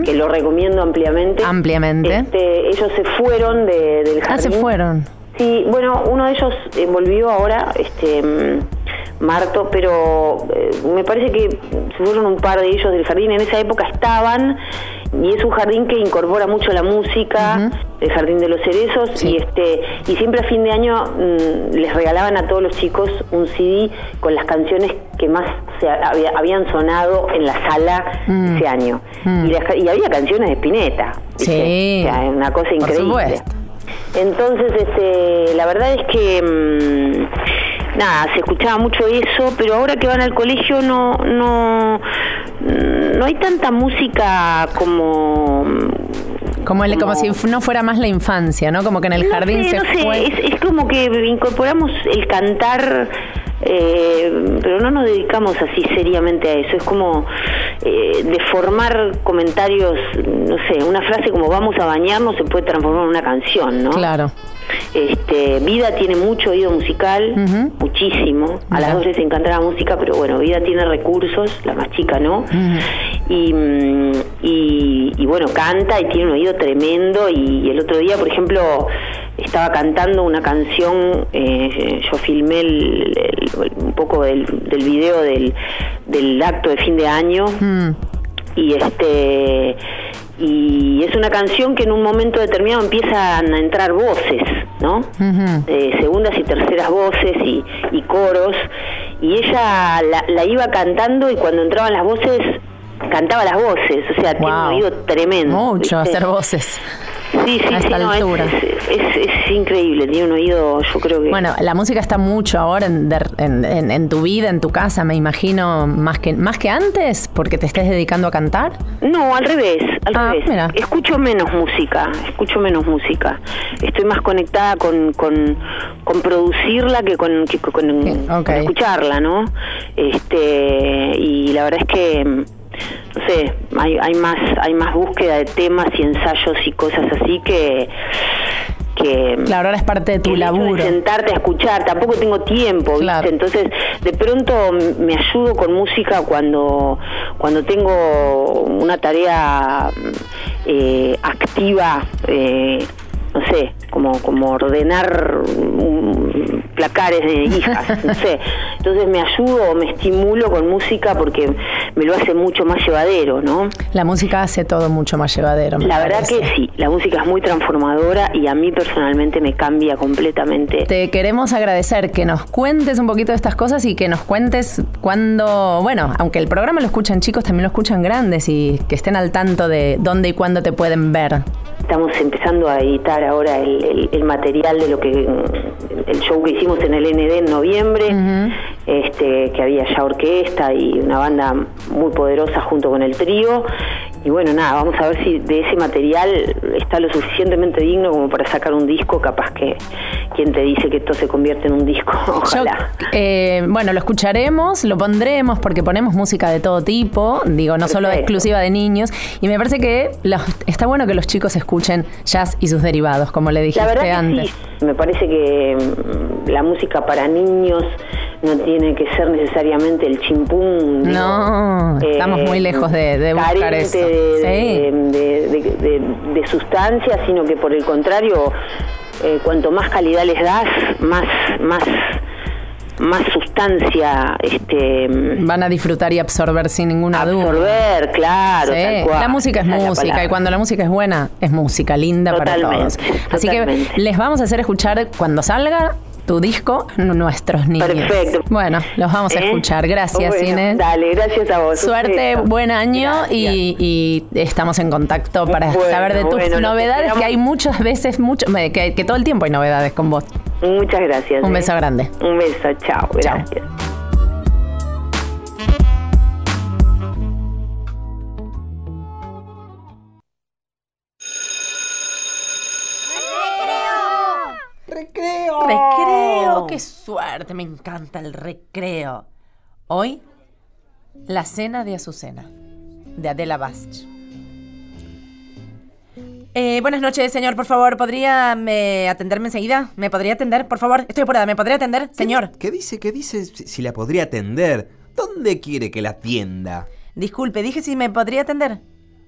[SPEAKER 13] que lo recomiendo ampliamente.
[SPEAKER 2] Ampliamente.
[SPEAKER 13] Este, ellos se fueron de- del jardín.
[SPEAKER 2] Ah, se fueron.
[SPEAKER 13] Sí, bueno, uno de ellos eh, volvió ahora, este mm, Marto, pero eh, me parece que se fueron un par de ellos del jardín. En esa época estaban y es un jardín que incorpora mucho la música, el jardín de los cerezos y este y siempre a fin de año mm, les regalaban a todos los chicos un CD con las canciones que más se ha- había- habían sonado en la sala
[SPEAKER 2] Mm.
[SPEAKER 13] ese año y, las- y había canciones de Spinetta, ¿viste?
[SPEAKER 2] Sí.
[SPEAKER 13] O sea, una cosa
[SPEAKER 2] Por
[SPEAKER 13] increíble.
[SPEAKER 2] supuesto.
[SPEAKER 13] Entonces, este, la verdad es que mm, nada, se escuchaba mucho eso, pero ahora que van al colegio no no mm, no hay tanta música ah, como
[SPEAKER 2] Como, el- como si fu- no fuera más la infancia, ¿no? Como que en el
[SPEAKER 13] no
[SPEAKER 2] jardín
[SPEAKER 13] sé,
[SPEAKER 2] se
[SPEAKER 13] no sé,
[SPEAKER 2] fue...
[SPEAKER 13] Es, es como que incorporamos el cantar, eh, pero no nos dedicamos así seriamente a eso. Es como eh, deformar comentarios, no sé, una frase como vamos a bañarnos se puede transformar en una canción, ¿no?
[SPEAKER 2] Claro.
[SPEAKER 13] Este, Vida tiene mucho oído musical, muchísimo. A las dos les encantaba la música, pero bueno, Vida tiene recursos, la más chica no. Y, mm, y- y bueno, canta y tiene un oído tremendo. Y, el otro día, por ejemplo, estaba cantando una canción, eh, yo filmé el- el- un poco del, del video del, del acto de fin de año y este y es una canción que en un momento determinado empiezan a entrar voces, ¿no?
[SPEAKER 2] Mm.
[SPEAKER 13] Eh, segundas y terceras voces y, y coros y ella la, la iba cantando y cuando entraban las voces cantaba las voces, o sea, tiene un oído tremendo.
[SPEAKER 2] Mucho
[SPEAKER 13] ¿viste?
[SPEAKER 2] hacer voces.
[SPEAKER 13] Sí, sí,
[SPEAKER 2] a
[SPEAKER 13] sí,
[SPEAKER 2] esta
[SPEAKER 13] no, es-
[SPEAKER 2] altura.
[SPEAKER 13] es, es- es increíble, tiene un oído, yo creo que...
[SPEAKER 2] Bueno, la música está mucho ahora en, de- en- en- en tu vida, en tu casa, me imagino, más que, más que antes, porque te estés dedicando a cantar.
[SPEAKER 13] No, al revés, al revés. Escucho menos música, escucho menos música. Estoy más conectada con, con, con producirla que con, que con- con- con escucharla, ¿no? Este, y la verdad es que, no sé, hay, hay, más, hay más búsqueda de temas y ensayos y cosas así que... que
[SPEAKER 2] Claro, ahora es parte de tu
[SPEAKER 13] el hecho de
[SPEAKER 2] laburo.
[SPEAKER 13] sentarte a escuchar, tampoco tengo tiempo, ¿viste? Entonces, de pronto m- me ayudo con música cuando, cuando tengo una tarea mm, eh, activa, eh, no sé, como, como ordenar mm, placares de hijas, no sé. Entonces me ayudo, me estimulo con música porque me lo hace mucho más llevadero, ¿no?
[SPEAKER 2] La música hace todo mucho más llevadero. me
[SPEAKER 13] La verdad
[SPEAKER 2] parece.
[SPEAKER 13] que sí, la música es muy transformadora y a mí personalmente me cambia completamente.
[SPEAKER 2] Te queremos agradecer que nos cuentes un poquito de estas cosas y que nos cuentes cuándo, bueno, aunque el programa lo escuchan chicos, también lo escuchan grandes y que estén al tanto de dónde y cuándo te pueden ver.
[SPEAKER 13] Estamos empezando a editar ahora el, el- el material de lo que el show que hicimos en el ND en noviembre, este, que había ya orquesta y una banda muy poderosa junto con el trío. Y bueno, nada, vamos a ver si de ese material está lo suficientemente digno como para sacar un disco, capaz que quien te dice que esto se convierte en un disco, ojalá.
[SPEAKER 2] Eh, bueno, lo escucharemos, lo pondremos porque ponemos música de todo tipo, digo, no solo
[SPEAKER 13] Perfecto.
[SPEAKER 2] exclusiva de niños. Y me parece que los- está bueno que los chicos escuchen jazz y sus derivados, como le dijiste
[SPEAKER 13] La verdad que
[SPEAKER 2] antes.
[SPEAKER 13] sí. Me parece que mm, la música para niños no tiene que ser necesariamente el chimpún. digo,
[SPEAKER 16] No,
[SPEAKER 13] eh,
[SPEAKER 16] estamos muy lejos de, de buscar
[SPEAKER 13] carente
[SPEAKER 16] eso.
[SPEAKER 13] De, de-
[SPEAKER 16] Sí.
[SPEAKER 13] de- de- de- de sustancia, sino que por el contrario, eh, cuanto más calidad les das, más, más, más sustancia este,
[SPEAKER 16] Van a disfrutar y absorber sin ninguna duda.
[SPEAKER 13] absorber, claro,
[SPEAKER 16] Sí,
[SPEAKER 13] tal cual.
[SPEAKER 16] La música es
[SPEAKER 13] Esa la
[SPEAKER 16] música y
[SPEAKER 13] palabra.
[SPEAKER 16] cuando la música es buena, es música linda para
[SPEAKER 13] Totalmente,
[SPEAKER 16] todos. Así que les vamos a hacer escuchar cuando salga tu disco, n- nuestros niños.
[SPEAKER 13] Perfecto.
[SPEAKER 16] Bueno, los vamos a
[SPEAKER 13] ¿Eh?
[SPEAKER 16] escuchar. Gracias,
[SPEAKER 13] Bueno,
[SPEAKER 16] Inés.
[SPEAKER 13] Dale, gracias a vos.
[SPEAKER 16] Suerte,
[SPEAKER 13] Ustedes.
[SPEAKER 16] buen año y, y estamos en contacto para
[SPEAKER 13] Bueno,
[SPEAKER 16] saber de tus
[SPEAKER 13] bueno, nos
[SPEAKER 16] novedades, que
[SPEAKER 13] esperamos.
[SPEAKER 16] hay muchas veces, mucho, me- que, que todo el tiempo hay novedades con vos.
[SPEAKER 13] Muchas gracias.
[SPEAKER 16] Un
[SPEAKER 13] eh.
[SPEAKER 16] beso grande.
[SPEAKER 13] Un beso, chao, gracias.
[SPEAKER 2] Recreo. Recreo, qué suerte, me encanta el recreo. Hoy, la cena de Azucena, de Adela Bach. Eh, buenas noches, señor, por favor, ¿podría me, atenderme enseguida? ¿Me podría atender, por favor? Estoy apurada, ¿me podría atender, señor?
[SPEAKER 3] ¿Qué dice? ¿Qué dice? Si, si la podría atender. ¿Dónde quiere que la atienda?
[SPEAKER 2] Disculpe, dije si me podría atender.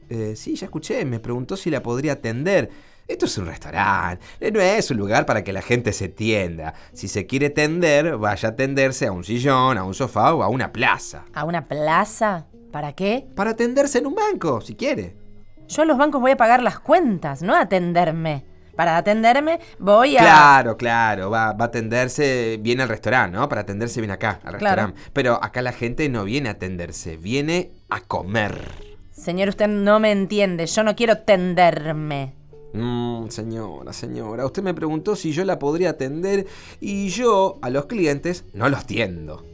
[SPEAKER 3] Eh, sí, ya escuché. Me preguntó si la podría atender. Esto es un restaurante. eh, No es un lugar para que la gente se tienda. Si se quiere tender, vaya a tenderse a un sillón, a un sofá o a una plaza.
[SPEAKER 2] ¿A una plaza? ¿Para qué?
[SPEAKER 3] Para atenderse en un banco, si quiere.
[SPEAKER 2] Yo a los bancos voy a pagar las cuentas, no a atenderme. Para atenderme voy a...
[SPEAKER 3] Claro, claro, va, va a atenderse bien al restaurante, ¿no? Para atenderse bien acá, al restaurante. Pero acá la gente no viene a atenderse, viene a comer.
[SPEAKER 2] Señor, usted no me entiende, yo no quiero tenderme.
[SPEAKER 3] Mm, señora, señora, usted me preguntó si yo la podría atender y yo a los clientes no los tiendo.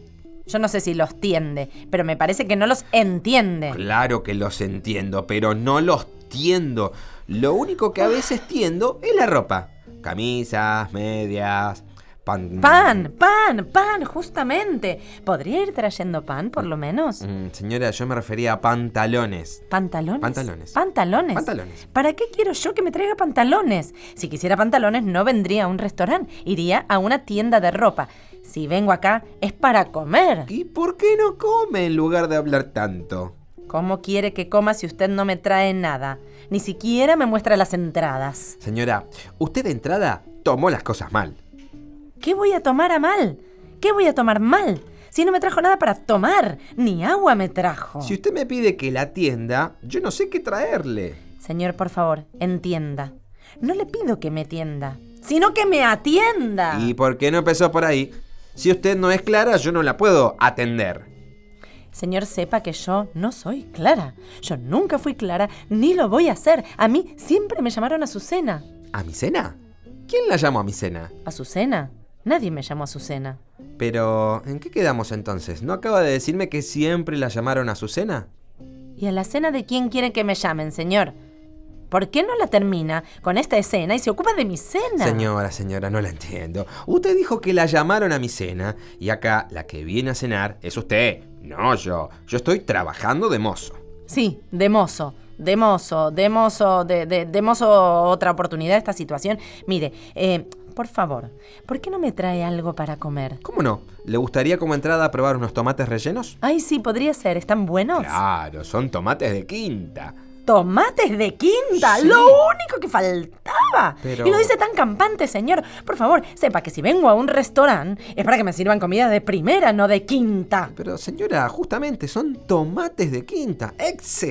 [SPEAKER 2] Yo no sé si los tiende, pero me parece que no los entiende.
[SPEAKER 3] Claro que los entiendo, pero no los tiendo. Lo único que a veces tiendo es la ropa. Camisas, medias, pan...
[SPEAKER 2] Pan, pan, pan, justamente. ¿Podría ir trayendo pan, por lo menos?
[SPEAKER 3] Mm, señora, yo me refería a pantalones.
[SPEAKER 2] ¿Pantalones?
[SPEAKER 3] Pantalones.
[SPEAKER 2] ¿Pantalones?
[SPEAKER 3] Pantalones.
[SPEAKER 2] ¿Para qué quiero yo que me traiga pantalones? Si quisiera pantalones no vendría a un restaurante, iría a una tienda de ropa. Si vengo acá es para comer.
[SPEAKER 3] ¿Y por qué no come en lugar de hablar tanto?
[SPEAKER 2] ¿Cómo quiere que coma si usted no me trae nada? Ni siquiera me muestra las entradas.
[SPEAKER 3] Señora, usted de entrada tomó las cosas mal.
[SPEAKER 2] ¿Qué voy a tomar a mal? ¿Qué voy a tomar mal? Si no me trajo nada para tomar, ni agua me trajo.
[SPEAKER 3] Si usted me pide que la atienda, yo no sé qué traerle.
[SPEAKER 2] Señor, por favor, entienda. No le pido que me atienda, sino que me atienda.
[SPEAKER 3] ¿Y por qué no empezó por ahí? Si usted no es clara, yo no la puedo atender.
[SPEAKER 2] Señor, sepa que yo no soy Clara. Yo nunca fui Clara, ni lo voy a hacer. A mí siempre me llamaron Azucena.
[SPEAKER 3] ¿A mi cena? ¿Quién la llamó a mi cena?
[SPEAKER 2] ¿Azucena? Nadie me llamó Azucena.
[SPEAKER 3] Pero, ¿en qué quedamos entonces? ¿No acaba de decirme que siempre la llamaron a su cena?
[SPEAKER 2] ¿Y a la cena de quién quieren que me llamen, señor? ¿Por qué no la termina con esta escena y se ocupa de mi cena?
[SPEAKER 3] Señora, señora, no la entiendo. Usted dijo que la llamaron a mi cena y acá la que viene a cenar es usted, no yo. Yo estoy trabajando de mozo.
[SPEAKER 2] Sí, de mozo, de mozo, de mozo, de, de- de mozo otra oportunidad esta situación. Mire, eh, por favor, ¿por qué no me trae algo para comer?
[SPEAKER 3] ¿Cómo no? ¿Le gustaría como entrada probar unos tomates rellenos?
[SPEAKER 2] Ay, sí, podría ser, ¿están buenos?
[SPEAKER 3] Claro, son tomates de quinta.
[SPEAKER 2] Tomates de quinta,
[SPEAKER 3] Sí.
[SPEAKER 2] lo único que faltaba.
[SPEAKER 3] Pero-
[SPEAKER 2] Y lo dice tan campante, señor. Por favor, sepa que si vengo a un restaurante es para que me sirvan comida de primera, no de quinta.
[SPEAKER 3] Pero señora, justamente son tomates de quinta.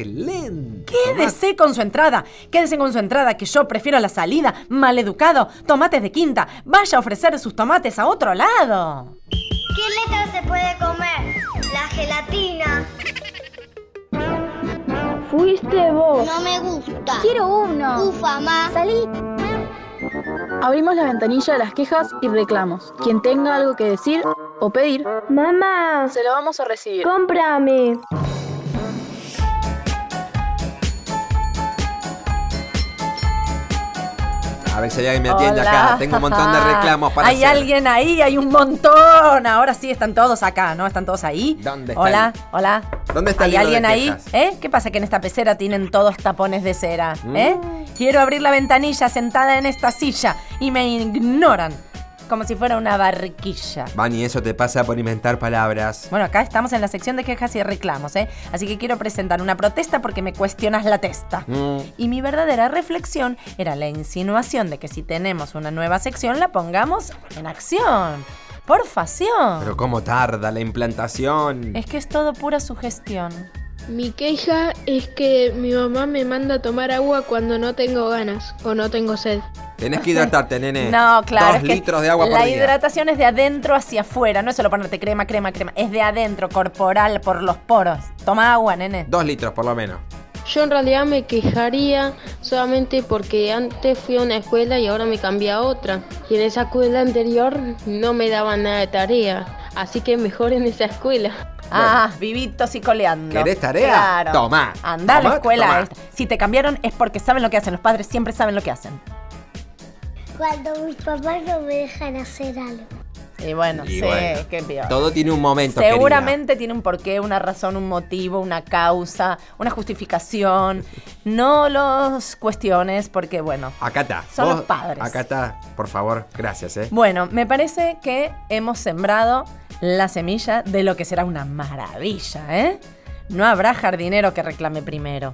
[SPEAKER 3] ¡Excelente!
[SPEAKER 2] Quédese con su entrada, quédese con su entrada, que yo prefiero la salida, maleducado, tomates de quinta, vaya a ofrecer sus tomates a otro lado.
[SPEAKER 1] ¿Qué letra se puede comer? La gelatina.
[SPEAKER 14] Fuiste vos.
[SPEAKER 1] No me gusta.
[SPEAKER 14] Quiero uno.
[SPEAKER 1] Ufa, ma. Salí.
[SPEAKER 14] Abrimos la ventanilla de las quejas y reclamos. Quien tenga algo que decir o pedir,
[SPEAKER 7] Mamá,
[SPEAKER 14] se lo vamos a recibir.
[SPEAKER 7] cómprame.
[SPEAKER 3] A ver si hay alguien me atiende acá. Tengo un montón de reclamos para
[SPEAKER 2] Hay
[SPEAKER 3] hacer.
[SPEAKER 2] alguien ahí, hay un montón. Ahora sí están todos acá, ¿no? Están todos ahí.
[SPEAKER 3] ¿Dónde está
[SPEAKER 2] Hola, hola.
[SPEAKER 3] ¿Dónde está el
[SPEAKER 2] ¿Hay
[SPEAKER 3] libro de
[SPEAKER 2] alguien ahí?
[SPEAKER 3] quejas?
[SPEAKER 2] ¿Eh? ¿Qué pasa que en esta pecera tienen todos tapones de
[SPEAKER 3] Mm.
[SPEAKER 2] cera? ¿Eh? Quiero abrir la ventanilla sentada en esta silla y me ignoran. como si fuera una barquilla.
[SPEAKER 3] Vani, eso te pasa por inventar palabras.
[SPEAKER 2] Bueno, acá estamos en la sección de quejas y reclamos, ¿eh? Así que quiero presentar una protesta porque me cuestionas la testa.
[SPEAKER 3] Mm.
[SPEAKER 2] Y mi verdadera reflexión era la insinuación de que si tenemos una nueva sección la pongamos en acción. Por facción.
[SPEAKER 3] Pero cómo tarda la implantación.
[SPEAKER 2] Es que es todo pura sugestión.
[SPEAKER 4] Mi queja es que mi mamá me manda a tomar agua cuando no tengo ganas o no tengo sed.
[SPEAKER 3] Tenés que hidratarte, nene.
[SPEAKER 2] No, claro.
[SPEAKER 3] Dos
[SPEAKER 2] es que
[SPEAKER 3] litros de agua
[SPEAKER 2] La
[SPEAKER 3] por día.
[SPEAKER 2] hidratación es de adentro hacia afuera, no es solo ponerte crema, crema, crema. Es de adentro, corporal, por los poros. Toma agua, nene.
[SPEAKER 3] Dos litros por lo menos.
[SPEAKER 6] Yo en realidad me quejaría solamente porque antes fui a una escuela y ahora me cambié a otra. Y en esa escuela anterior no me daban nada de tarea. Así que mejor en esa escuela.
[SPEAKER 2] Ah, vivitos y coleando.
[SPEAKER 3] ¿Querés tarea?
[SPEAKER 2] Claro.
[SPEAKER 3] Tomá.
[SPEAKER 2] Andá a la
[SPEAKER 3] Tomá,
[SPEAKER 2] escuela.
[SPEAKER 3] tomá.
[SPEAKER 2] esta. Si te cambiaron es porque saben lo que hacen. Los padres siempre saben lo que hacen.
[SPEAKER 1] Cuando mis papás no me dejan hacer algo.
[SPEAKER 2] Y bueno,
[SPEAKER 3] Y
[SPEAKER 2] sí,
[SPEAKER 3] bueno,
[SPEAKER 2] qué peor.
[SPEAKER 3] Todo tiene un momento.
[SPEAKER 2] Seguramente tiene un porqué, una razón, un motivo, una causa, una justificación. No los cuestiones porque, bueno.
[SPEAKER 3] querida. Acá está.
[SPEAKER 2] Son los
[SPEAKER 3] Vos-
[SPEAKER 2] padres.
[SPEAKER 3] Acá está. Por favor, gracias, eh.
[SPEAKER 2] Bueno, me parece que hemos sembrado la semilla de lo que será una maravilla, ¿eh? No habrá jardinero que reclame primero.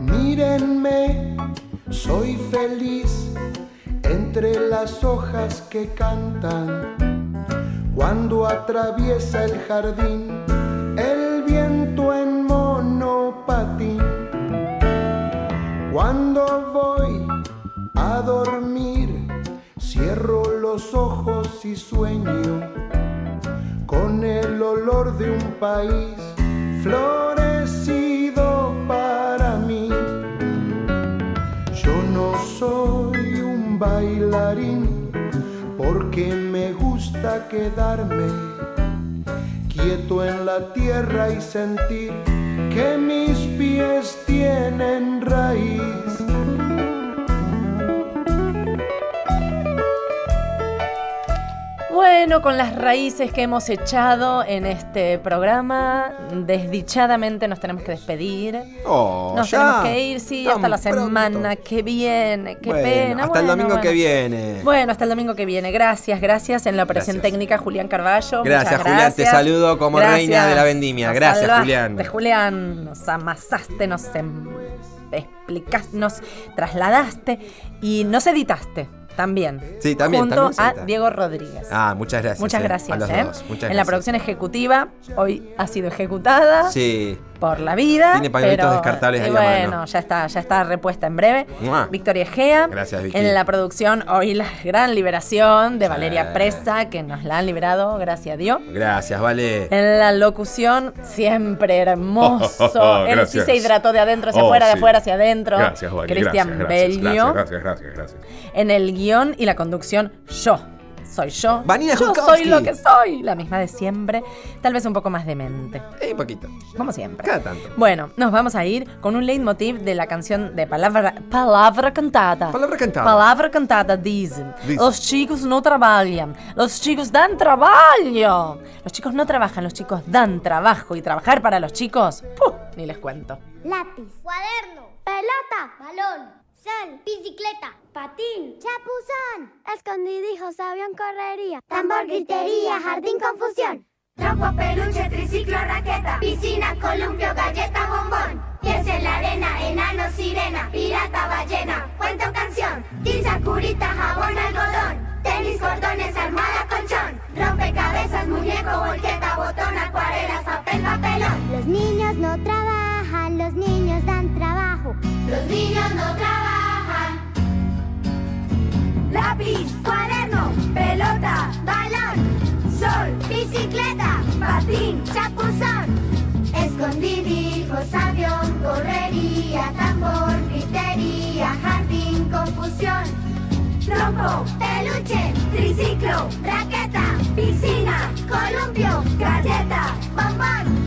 [SPEAKER 17] Mírenme, soy feliz entre las hojas que cantan. Cuando atraviesa el jardín el viento en monopatín. Cuando voy a dormir, cierro los ojos y sueño con el olor de un país florecido para mí. Yo no soy un bailarín porque me gusta quedarme quieto en la tierra y sentir que mis pies tienen raíz.
[SPEAKER 2] Bueno, con las raíces que hemos echado en este programa, desdichadamente nos tenemos que despedir.
[SPEAKER 3] Oh,
[SPEAKER 2] nos
[SPEAKER 3] ya.
[SPEAKER 2] tenemos que ir, sí, hasta
[SPEAKER 3] Tan
[SPEAKER 2] la
[SPEAKER 3] pronto.
[SPEAKER 2] semana que viene. Qué
[SPEAKER 3] Bueno,
[SPEAKER 2] pena.
[SPEAKER 3] Hasta el
[SPEAKER 2] bueno,
[SPEAKER 3] domingo que
[SPEAKER 2] bueno.
[SPEAKER 3] viene.
[SPEAKER 2] Bueno, hasta el domingo que viene. Gracias, gracias. En la operación
[SPEAKER 3] Gracias.
[SPEAKER 2] técnica, Julián Carballo.
[SPEAKER 3] Gracias,
[SPEAKER 2] Muchas
[SPEAKER 3] Julián, te
[SPEAKER 2] gracias.
[SPEAKER 3] saludo como reina de la vendimia.
[SPEAKER 2] Nos
[SPEAKER 3] Gracias,
[SPEAKER 2] salvaste,
[SPEAKER 3] Julián.
[SPEAKER 2] Julián, nos amasaste, nos em- explicaste, nos trasladaste y nos editaste también.
[SPEAKER 3] Sí, también,
[SPEAKER 2] Junto
[SPEAKER 3] también se
[SPEAKER 2] a
[SPEAKER 3] edita.
[SPEAKER 2] Diego Rodríguez.
[SPEAKER 3] Ah, muchas gracias.
[SPEAKER 2] Muchas
[SPEAKER 3] eh,
[SPEAKER 2] gracias.
[SPEAKER 3] A los
[SPEAKER 2] ¿eh?
[SPEAKER 3] dos. Muchas
[SPEAKER 2] en la
[SPEAKER 3] gracias.
[SPEAKER 2] producción ejecutiva, hoy ha sido ejecutada
[SPEAKER 3] Sí.
[SPEAKER 2] por la vida.
[SPEAKER 3] Tiene pañuelitos
[SPEAKER 2] pero-
[SPEAKER 3] descartables
[SPEAKER 2] y
[SPEAKER 3] ahí a
[SPEAKER 2] Bueno,
[SPEAKER 3] mano.
[SPEAKER 2] ya está, ya está repuesta en breve.
[SPEAKER 3] Mua.
[SPEAKER 2] Victoria Egea.
[SPEAKER 3] Gracias, Vicky.
[SPEAKER 2] En la producción, hoy la gran liberación de
[SPEAKER 3] Sí.
[SPEAKER 2] Valeria Presa, que nos la han liberado, gracias a Dios.
[SPEAKER 3] Gracias, vale.
[SPEAKER 2] En la locución, siempre hermoso. Él sí
[SPEAKER 3] Oh, Gracias.
[SPEAKER 2] se hidrató de adentro hacia
[SPEAKER 3] Oh,
[SPEAKER 2] afuera, de
[SPEAKER 3] sí.
[SPEAKER 2] afuera hacia adentro.
[SPEAKER 3] Vale,
[SPEAKER 2] Cristian Bello.
[SPEAKER 3] Gracias, gracias, gracias.
[SPEAKER 2] En el guión y la conducción, yo. Soy yo.
[SPEAKER 3] Vanina
[SPEAKER 2] yo
[SPEAKER 3] Jutkowski.
[SPEAKER 2] soy lo que soy. La misma de siempre. Tal vez un poco más demente.
[SPEAKER 3] Un poquito.
[SPEAKER 2] Como siempre.
[SPEAKER 3] Cada tanto.
[SPEAKER 2] Bueno, nos vamos a ir con un leitmotiv de la canción de palabra, palabra cantada.
[SPEAKER 3] Palabra cantada.
[SPEAKER 2] Palabra cantada, dicen.
[SPEAKER 3] Dicen.
[SPEAKER 2] Los chicos no trabajan. Los chicos dan trabajo. Los chicos no trabajan, los chicos dan trabajo. Y trabajar para los chicos, ¡puf! ni les cuento.
[SPEAKER 18] Lápiz. Cuaderno. Pelota. Balón. Sal. Bicicleta. Patín. Chapuzón. Escondidijos, avión, correría. Tambor, gritería, jardín, confusión. Trompo, peluche, triciclo, raqueta. Piscina, columpio, galleta, bombón. Pies en la arena, enano, sirena. Pirata, ballena. Cuento, canción. Tiza, curita, jabón, algodón. Tenis, cordones, armada, colchón. Rompecabezas, muñeco, volqueta, botón, acuarelas, papel, papelón.
[SPEAKER 1] Los niños no trabajan, los niños dan trabajo.
[SPEAKER 18] Los niños no trabajan. Lápiz, cuaderno, pelota, balón, sol, bicicleta, patín, chapuzón. Escondidijos, avión, correría, tambor, gritería, jardín, confusión. Trompo, peluche, triciclo, raqueta, piscina, columpio, galleta, bombón,